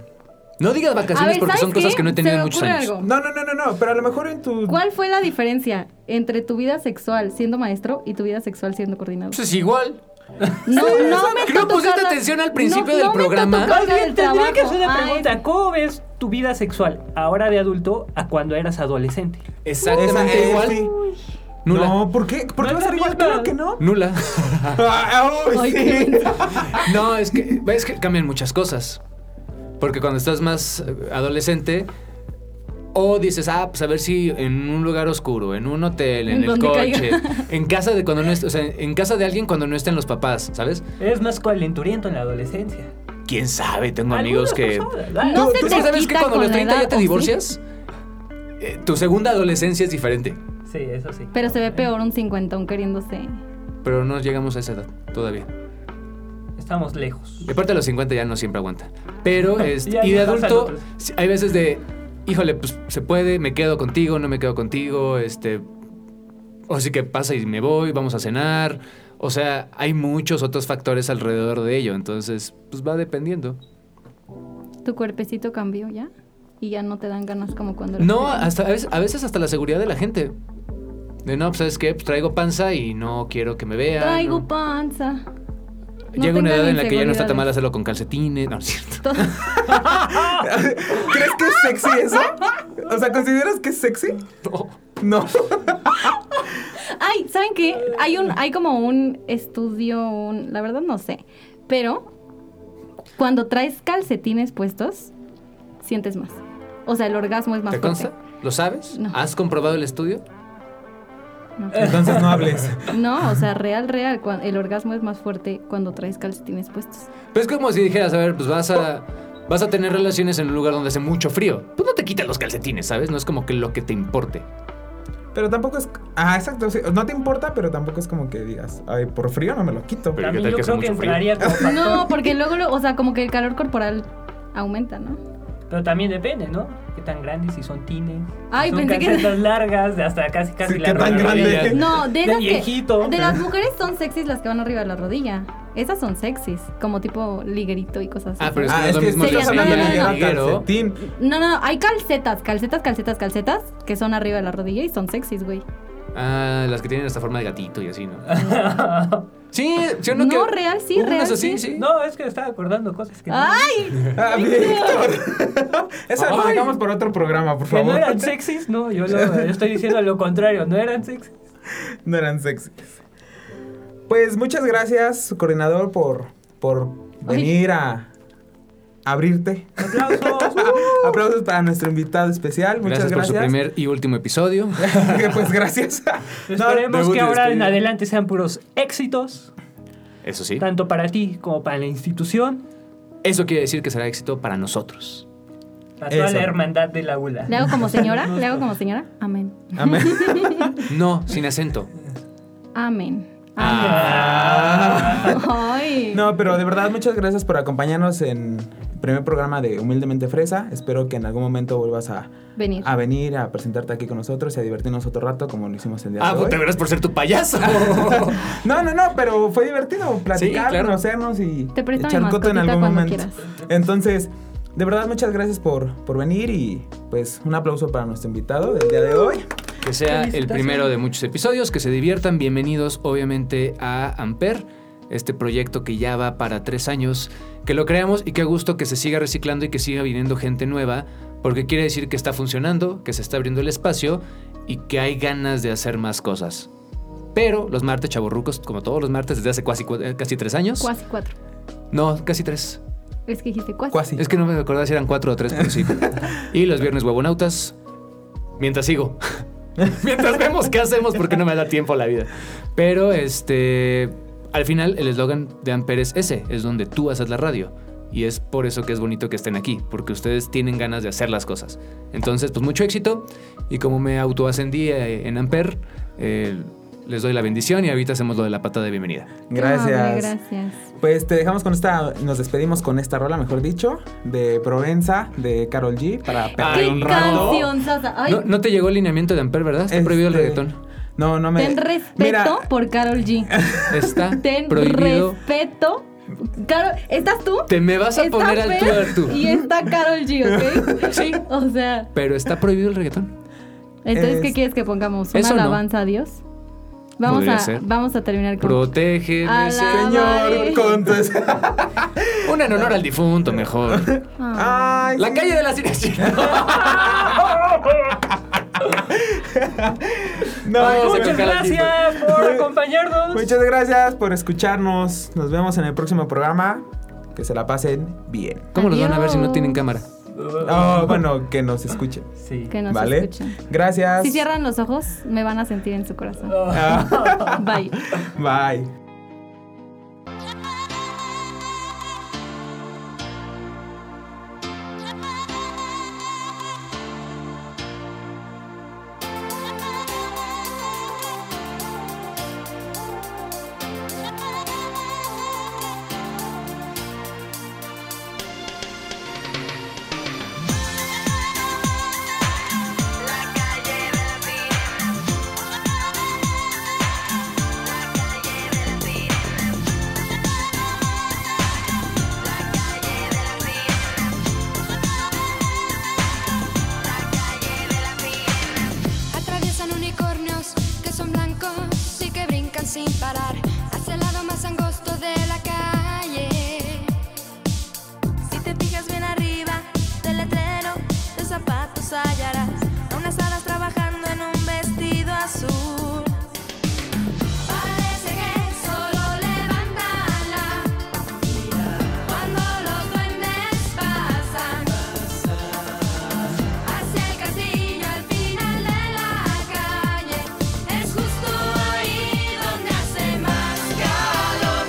[SPEAKER 6] No digas
[SPEAKER 4] A
[SPEAKER 6] vacaciones
[SPEAKER 4] ver,
[SPEAKER 6] porque
[SPEAKER 4] ¿sabes
[SPEAKER 6] son cosas
[SPEAKER 4] qué?
[SPEAKER 6] que no he tenido
[SPEAKER 4] Se
[SPEAKER 6] en
[SPEAKER 4] me
[SPEAKER 6] muchos
[SPEAKER 4] ocurre
[SPEAKER 6] años.
[SPEAKER 4] algo.
[SPEAKER 5] No, no, no, no, no, pero a lo mejor en tu...
[SPEAKER 4] ¿Cuál fue la diferencia entre tu vida sexual siendo maestro y tu vida sexual siendo coordinador?
[SPEAKER 6] Pues es igual.
[SPEAKER 4] No,
[SPEAKER 6] [LAUGHS]
[SPEAKER 4] no me
[SPEAKER 6] ¿Que
[SPEAKER 4] tocó
[SPEAKER 6] no pusiste
[SPEAKER 4] carga-
[SPEAKER 6] atención al principio del
[SPEAKER 4] me tocó
[SPEAKER 6] programa?
[SPEAKER 4] carga
[SPEAKER 3] Más bien
[SPEAKER 4] del
[SPEAKER 3] tendría que hacer una
[SPEAKER 4] trabajo. Ah,
[SPEAKER 3] pregunta.
[SPEAKER 4] es-
[SPEAKER 3] ¿Cómo ves tu vida sexual ahora de adulto a cuando eras adolescente?
[SPEAKER 6] Exactamente
[SPEAKER 5] Esa-
[SPEAKER 6] igual.
[SPEAKER 5] sí.
[SPEAKER 6] Eh, Nula.
[SPEAKER 5] No, ¿por qué? ¿Por qué
[SPEAKER 3] No es la
[SPEAKER 5] va a ser igual?
[SPEAKER 3] misma.
[SPEAKER 5] Claro que no.
[SPEAKER 6] Nula.
[SPEAKER 4] [LAUGHS]
[SPEAKER 5] Ah, uy,
[SPEAKER 4] Ay,
[SPEAKER 5] sí.
[SPEAKER 4] qué mensa.
[SPEAKER 6] no, es que, es que cambian muchas cosas. Porque cuando estás más eh, adolescente, O dices, ah, pues a ver si en un lugar oscuro, en un hotel, en el
[SPEAKER 4] Donde [LAUGHS]
[SPEAKER 6] coche,
[SPEAKER 4] caiga.
[SPEAKER 6] en casa de cuando no est- o sea, en casa de alguien cuando no estén los papás, ¿sabes?
[SPEAKER 3] Eres más calenturiento en la adolescencia.
[SPEAKER 6] Quién sabe, tengo amigos que.
[SPEAKER 3] personas,
[SPEAKER 4] No
[SPEAKER 6] ¿Tú,
[SPEAKER 4] se
[SPEAKER 6] tú
[SPEAKER 4] te
[SPEAKER 6] sí sabes que
[SPEAKER 4] quita
[SPEAKER 6] cuando a
[SPEAKER 4] con
[SPEAKER 6] los
[SPEAKER 4] la
[SPEAKER 6] 30
[SPEAKER 4] edad,
[SPEAKER 6] ya te
[SPEAKER 4] ¿o sí?
[SPEAKER 6] divorcias? Eh, tu segunda adolescencia es diferente.
[SPEAKER 3] Sí, eso sí. Eh,
[SPEAKER 4] Pero se ve peor un cincuentón queriéndose.
[SPEAKER 6] Pero no llegamos a esa edad todavía.
[SPEAKER 3] Estamos lejos.
[SPEAKER 6] Y aparte a los 50 ya no siempre aguanta. Pero, este,
[SPEAKER 3] [LAUGHS] Ya
[SPEAKER 6] y
[SPEAKER 3] no
[SPEAKER 6] de
[SPEAKER 3] pasan
[SPEAKER 6] adulto,
[SPEAKER 3] otros.
[SPEAKER 6] sí, hay veces de, híjole, pues se puede, me quedo contigo, no me quedo contigo, este, o sí que pasa y me voy, vamos a cenar. O sea, hay muchos otros factores alrededor de ello, entonces, pues va dependiendo.
[SPEAKER 4] Tu cuerpecito cambió ya y ya no te dan ganas como cuando eras
[SPEAKER 6] No,
[SPEAKER 4] pequeño.
[SPEAKER 6] hasta, a, veces, a veces hasta la seguridad de la gente. De no, pues sabes qué, pues traigo panza y no quiero que me vean.
[SPEAKER 4] Traigo
[SPEAKER 6] ¿no?
[SPEAKER 4] panza. No
[SPEAKER 6] Llega una
[SPEAKER 4] tengan
[SPEAKER 6] edad en la que ya no está
[SPEAKER 4] inseguridades.
[SPEAKER 6] tan mal hacerlo con calcetines, no, no es cierto.
[SPEAKER 4] Todo-
[SPEAKER 5] [LAUGHS] ¿Crees que es sexy eso? O sea, ¿consideras que es sexy? No.
[SPEAKER 4] Ay, ¿saben qué? Hay un, hay como un estudio, un- la verdad no sé, pero cuando traes calcetines puestos, sientes más. O sea, el orgasmo es más
[SPEAKER 6] [LAUGHS] ¿Te
[SPEAKER 4] fuerte.
[SPEAKER 6] consta? ¿Lo sabes?
[SPEAKER 4] No.
[SPEAKER 6] ¿Has comprobado el estudio?
[SPEAKER 5] Entonces no hables.
[SPEAKER 4] No, o sea, real, real, cua- el orgasmo es más fuerte cuando traes calcetines puestos.
[SPEAKER 6] Pero es como si dijeras, a ver, pues vas a. Vas a tener relaciones en un lugar donde hace mucho frío. Pues no te quitas los calcetines, ¿sabes? No es como que lo que te importe.
[SPEAKER 5] Pero tampoco es. Ah, exacto. sí, No te importa, pero tampoco es como que digas, ay, por frío no me lo quito.
[SPEAKER 6] Pero ¿qué
[SPEAKER 3] También yo
[SPEAKER 6] tal que hace
[SPEAKER 3] creo que
[SPEAKER 6] mucho frío?
[SPEAKER 3] entraría como factor.
[SPEAKER 4] No, porque luego, lo- o sea, como que el calor corporal aumenta, ¿no?
[SPEAKER 3] Pero también depende, ¿no? Qué tan grandes, si son tines. si
[SPEAKER 4] Ay,
[SPEAKER 3] son
[SPEAKER 4] pensé que-
[SPEAKER 3] calcetas largas, de hasta casi casi
[SPEAKER 5] Sí,
[SPEAKER 3] la
[SPEAKER 5] qué tan
[SPEAKER 3] rodilla.
[SPEAKER 5] grande.
[SPEAKER 4] No, de
[SPEAKER 3] De
[SPEAKER 4] esas
[SPEAKER 3] viejito.
[SPEAKER 4] que, de las mujeres son sexys las que van arriba de la rodilla. Esas son sexys, como tipo liguerito y cosas así.
[SPEAKER 6] Ah, pero es que
[SPEAKER 5] Ah,
[SPEAKER 6] no es
[SPEAKER 5] es
[SPEAKER 6] lo
[SPEAKER 5] que
[SPEAKER 6] mismo
[SPEAKER 5] estás
[SPEAKER 4] Sí, no,
[SPEAKER 6] la
[SPEAKER 4] no,
[SPEAKER 5] hablando
[SPEAKER 6] silla,
[SPEAKER 4] no, no.
[SPEAKER 5] de
[SPEAKER 6] el
[SPEAKER 5] la
[SPEAKER 6] liguero.
[SPEAKER 5] calcetín.
[SPEAKER 4] No, no, no, hay calcetas, calcetas, calcetas, calcetas que son arriba de la rodilla y son sexys, güey.
[SPEAKER 6] Ah, las que tienen esta forma de gatito y así, ¿no? sí, sí o no.
[SPEAKER 4] No,
[SPEAKER 6] que-
[SPEAKER 4] real, sí,
[SPEAKER 6] Hubo
[SPEAKER 4] real,
[SPEAKER 6] unas así,
[SPEAKER 4] sí.
[SPEAKER 6] sí.
[SPEAKER 3] No, es que estaba acordando cosas que, no-
[SPEAKER 4] ¡Ay! [LAUGHS]
[SPEAKER 5] Ah, Víctor. [LAUGHS] Eso lo
[SPEAKER 6] Ay.
[SPEAKER 5] dejamos para otro programa, por
[SPEAKER 3] que no
[SPEAKER 5] favor. [LAUGHS]
[SPEAKER 3] eran sexys. No, yo, lo- yo estoy diciendo lo contrario, no eran sexys.
[SPEAKER 5] No eran sexys. Pues muchas gracias, coordinador, por, por venir a
[SPEAKER 4] [LAUGHS]
[SPEAKER 5] abrirte.
[SPEAKER 3] Aplausos. Uh.
[SPEAKER 5] Aplausos para nuestro invitado especial. Muchas
[SPEAKER 6] Gracias por su
[SPEAKER 5] gracias. [LAUGHS]
[SPEAKER 6] primer y último episodio.
[SPEAKER 5] pues gracias. No,
[SPEAKER 3] Esperemos
[SPEAKER 6] debut
[SPEAKER 3] que
[SPEAKER 6] y
[SPEAKER 3] ahora en
[SPEAKER 6] despedida.
[SPEAKER 3] adelante sean puros éxitos,
[SPEAKER 6] Eso sí.
[SPEAKER 3] tanto para ti como para la institución,
[SPEAKER 6] Eso quiere decir que será éxito para nosotros.
[SPEAKER 3] para toda
[SPEAKER 5] Eso.
[SPEAKER 3] la hermandad de la ULA.
[SPEAKER 4] Le hago
[SPEAKER 6] [LAUGHS]
[SPEAKER 4] como señora, le hago como señora. Amén.
[SPEAKER 5] Amén.
[SPEAKER 6] No, sin acento.
[SPEAKER 4] Amén.
[SPEAKER 6] Ah.
[SPEAKER 4] [LAUGHS] Ay.
[SPEAKER 5] No, pero de verdad, muchas gracias por acompañarnos en el primer programa de Humildemente Fresa. Espero que en algún momento vuelvas a,
[SPEAKER 4] Venir.
[SPEAKER 5] a venir a presentarte aquí con nosotros y a divertirnos otro rato como lo hicimos el día
[SPEAKER 6] Ah,
[SPEAKER 5] de
[SPEAKER 6] pues
[SPEAKER 5] hoy.
[SPEAKER 6] te verás por ser tu payaso.
[SPEAKER 5] [LAUGHS] No, no, no, pero fue divertido platicar,
[SPEAKER 6] claro.
[SPEAKER 5] conocernos y
[SPEAKER 4] Te presto mi
[SPEAKER 5] echar coto en
[SPEAKER 4] mascotita
[SPEAKER 5] algún
[SPEAKER 4] cuando
[SPEAKER 5] momento.
[SPEAKER 4] quieras.
[SPEAKER 5] Entonces, de verdad, muchas gracias por, por venir y pues un aplauso para nuestro invitado del día de hoy.
[SPEAKER 6] Que sea el
[SPEAKER 3] Felicitaciones.
[SPEAKER 6] primero de muchos episodios, que se diviertan. Bienvenidos, obviamente, a Amper, este proyecto que ya va para tres años. Que lo creamos y qué gusto que se siga reciclando y que siga viniendo gente nueva, porque quiere decir que está funcionando, que se está abriendo el espacio y que hay ganas de hacer más cosas. Pero los martes chaborrucos, como todos los martes desde hace casi, cua- eh, casi tres años.
[SPEAKER 4] Cuasi cuatro.
[SPEAKER 6] No, casi tres.
[SPEAKER 4] Es que dijiste cuasi.
[SPEAKER 5] Cuasi.
[SPEAKER 6] Es que no me acordaba si eran cuatro o tres, pero sí. y los viernes huevonautas. Mientras sigo. [LAUGHS] Mientras vemos qué hacemos, porque no me da tiempo la vida. Pero este. Al final, el eslogan de Amper es ese: es donde tú haces la radio. Y es por eso que es bonito que estén aquí, porque ustedes tienen ganas de hacer las cosas. Entonces, pues mucho éxito. Y como me autoascendí eh, en Amper, eh, les doy la bendición y ahorita hacemos lo de la patada de bienvenida.
[SPEAKER 4] Amén,
[SPEAKER 5] Gracias.
[SPEAKER 4] gracias.
[SPEAKER 5] Pues te dejamos con esta, nos despedimos con esta rola, mejor dicho, de Provenza, de Carol G, para perrear
[SPEAKER 6] Ay,
[SPEAKER 4] ¡Qué
[SPEAKER 5] un rato.
[SPEAKER 4] canción, Sasa! ¡Ay!
[SPEAKER 6] No, no te llegó el lineamiento de Amper, ¿verdad? Está prohibido el
[SPEAKER 5] Este,
[SPEAKER 6] reggaetón.
[SPEAKER 5] No, no me.
[SPEAKER 4] Ten respeto
[SPEAKER 5] Mira,
[SPEAKER 4] por Carol G.
[SPEAKER 6] [LAUGHS] Está
[SPEAKER 4] [LAUGHS] Ten
[SPEAKER 6] prohibido.
[SPEAKER 4] respeto. Carol, ¿estás tú?
[SPEAKER 6] Te me vas a
[SPEAKER 4] Está
[SPEAKER 6] poner al tú
[SPEAKER 4] Fer
[SPEAKER 6] al tú.
[SPEAKER 4] Y está Carol G, ¿ok?
[SPEAKER 6] [LAUGHS] Sí.
[SPEAKER 4] O sea,
[SPEAKER 6] Pero está prohibido el reggaetón.
[SPEAKER 4] entonces,
[SPEAKER 5] Es-
[SPEAKER 4] ¿qué quieres que pongamos? ¿Una
[SPEAKER 6] Eso no.
[SPEAKER 4] alabanza a Dios? Vamos
[SPEAKER 6] Podría
[SPEAKER 4] a,
[SPEAKER 6] ser.
[SPEAKER 4] vamos a terminar con.
[SPEAKER 6] Protege.
[SPEAKER 4] A la
[SPEAKER 5] Señor,
[SPEAKER 4] madre.
[SPEAKER 5] con tu.
[SPEAKER 4] [LAUGHS]
[SPEAKER 6] Una en honor al difunto, mejor.
[SPEAKER 4] Ah.
[SPEAKER 5] [LAUGHS] Ay,
[SPEAKER 6] La calle de
[SPEAKER 4] [LAUGHS]
[SPEAKER 6] las sirenas.
[SPEAKER 5] no,
[SPEAKER 6] Ay,
[SPEAKER 5] no,
[SPEAKER 3] Muchas
[SPEAKER 6] Sacar al tipo.
[SPEAKER 3] gracias por acompañarnos.
[SPEAKER 5] Muchas gracias por escucharnos. Nos vemos en el próximo programa. Que se la pasen bien.
[SPEAKER 6] ¿Cómo los van a ver si no
[SPEAKER 4] Adiós.
[SPEAKER 6] tienen cámara?
[SPEAKER 5] No, bueno, que nos escuchen.
[SPEAKER 3] Sí.
[SPEAKER 4] Que nos
[SPEAKER 5] ¿Vale?
[SPEAKER 4] escuchen.
[SPEAKER 5] Gracias.
[SPEAKER 4] Si cierran los ojos, me van a sentir en su corazón.
[SPEAKER 5] Ah, [LAUGHS]
[SPEAKER 4] Bye.
[SPEAKER 5] bye.
[SPEAKER 2] Atraviesan unicornios que son blancos y que brincan sin parar hacia el lado más angosto de la calle. Si te fijas bien arriba del letrero de zapatos hallarás a unas hadas trabajando en un vestido azul. Parece que solo levantan la mirada cuando los duendes pasan. Hacia el castillo al final de la calle Es justo ahí donde hace más calor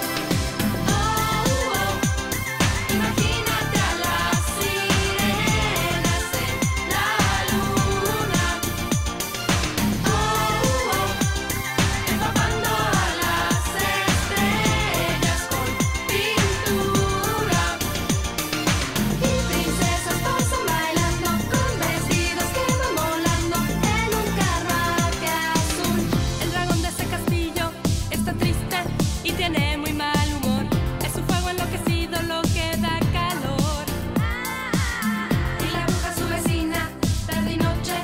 [SPEAKER 2] Oh, Imagínate a las sirenas en la luna Oh, Empapando a las estrellas con pintura y princesas pasan bailando con vestidos que van volando en un carruaje azul. El dragón de ese castillo está triste y tiene muy mal humor. Es un fuego enloquecido lo que da calor. Y la bruja su vecina, tarde y noche,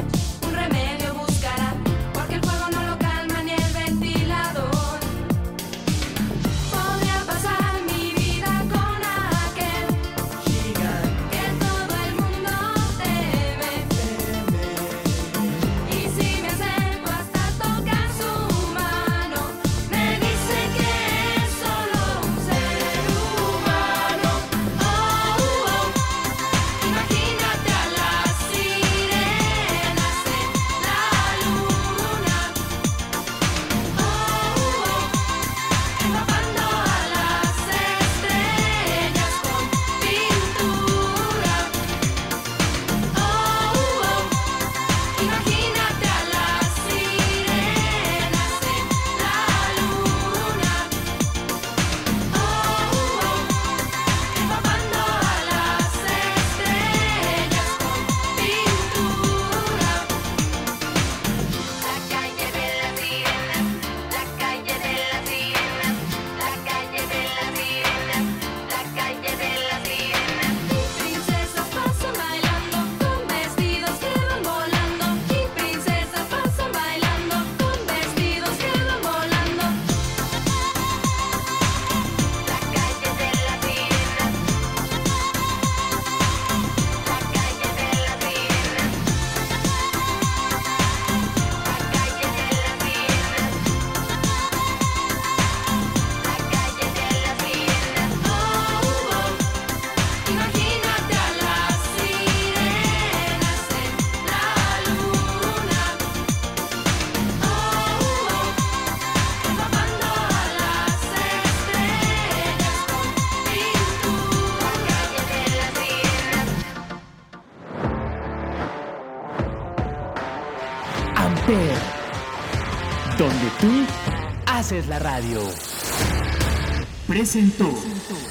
[SPEAKER 2] un remedio buscará. Porque el fuego no lo calma ni el ventilador. Podría pasar mi vida con aquel que todo el mundo teme Y si me acerco hasta tocar su mano Me dice que es solo un ser humano Imagínate a las sirenas en la luna oh, oh, Empapando a las estrellas con pintura. Oh, imagínate a las sirenas en la luna. Oh, empapando a las estrellas con pintura. La calle de las sirenas, la calle de las sirenas, la calle de las sirenas, la calle de las sirenas. Y princesas pasan bailando con vestidos que van volando. Y princesas pasan bailando con vestidos que van volando. La calle de las sirenas, la calle de las sirenas. La calle de las sirenas, la calle de las sirenas, oh, imagínate a las sirenas en la luna, oh, empapando a las estrellas con pintura, la calle de las sirenas.
[SPEAKER 1] Amper, donde tú haces la radio. Presentó.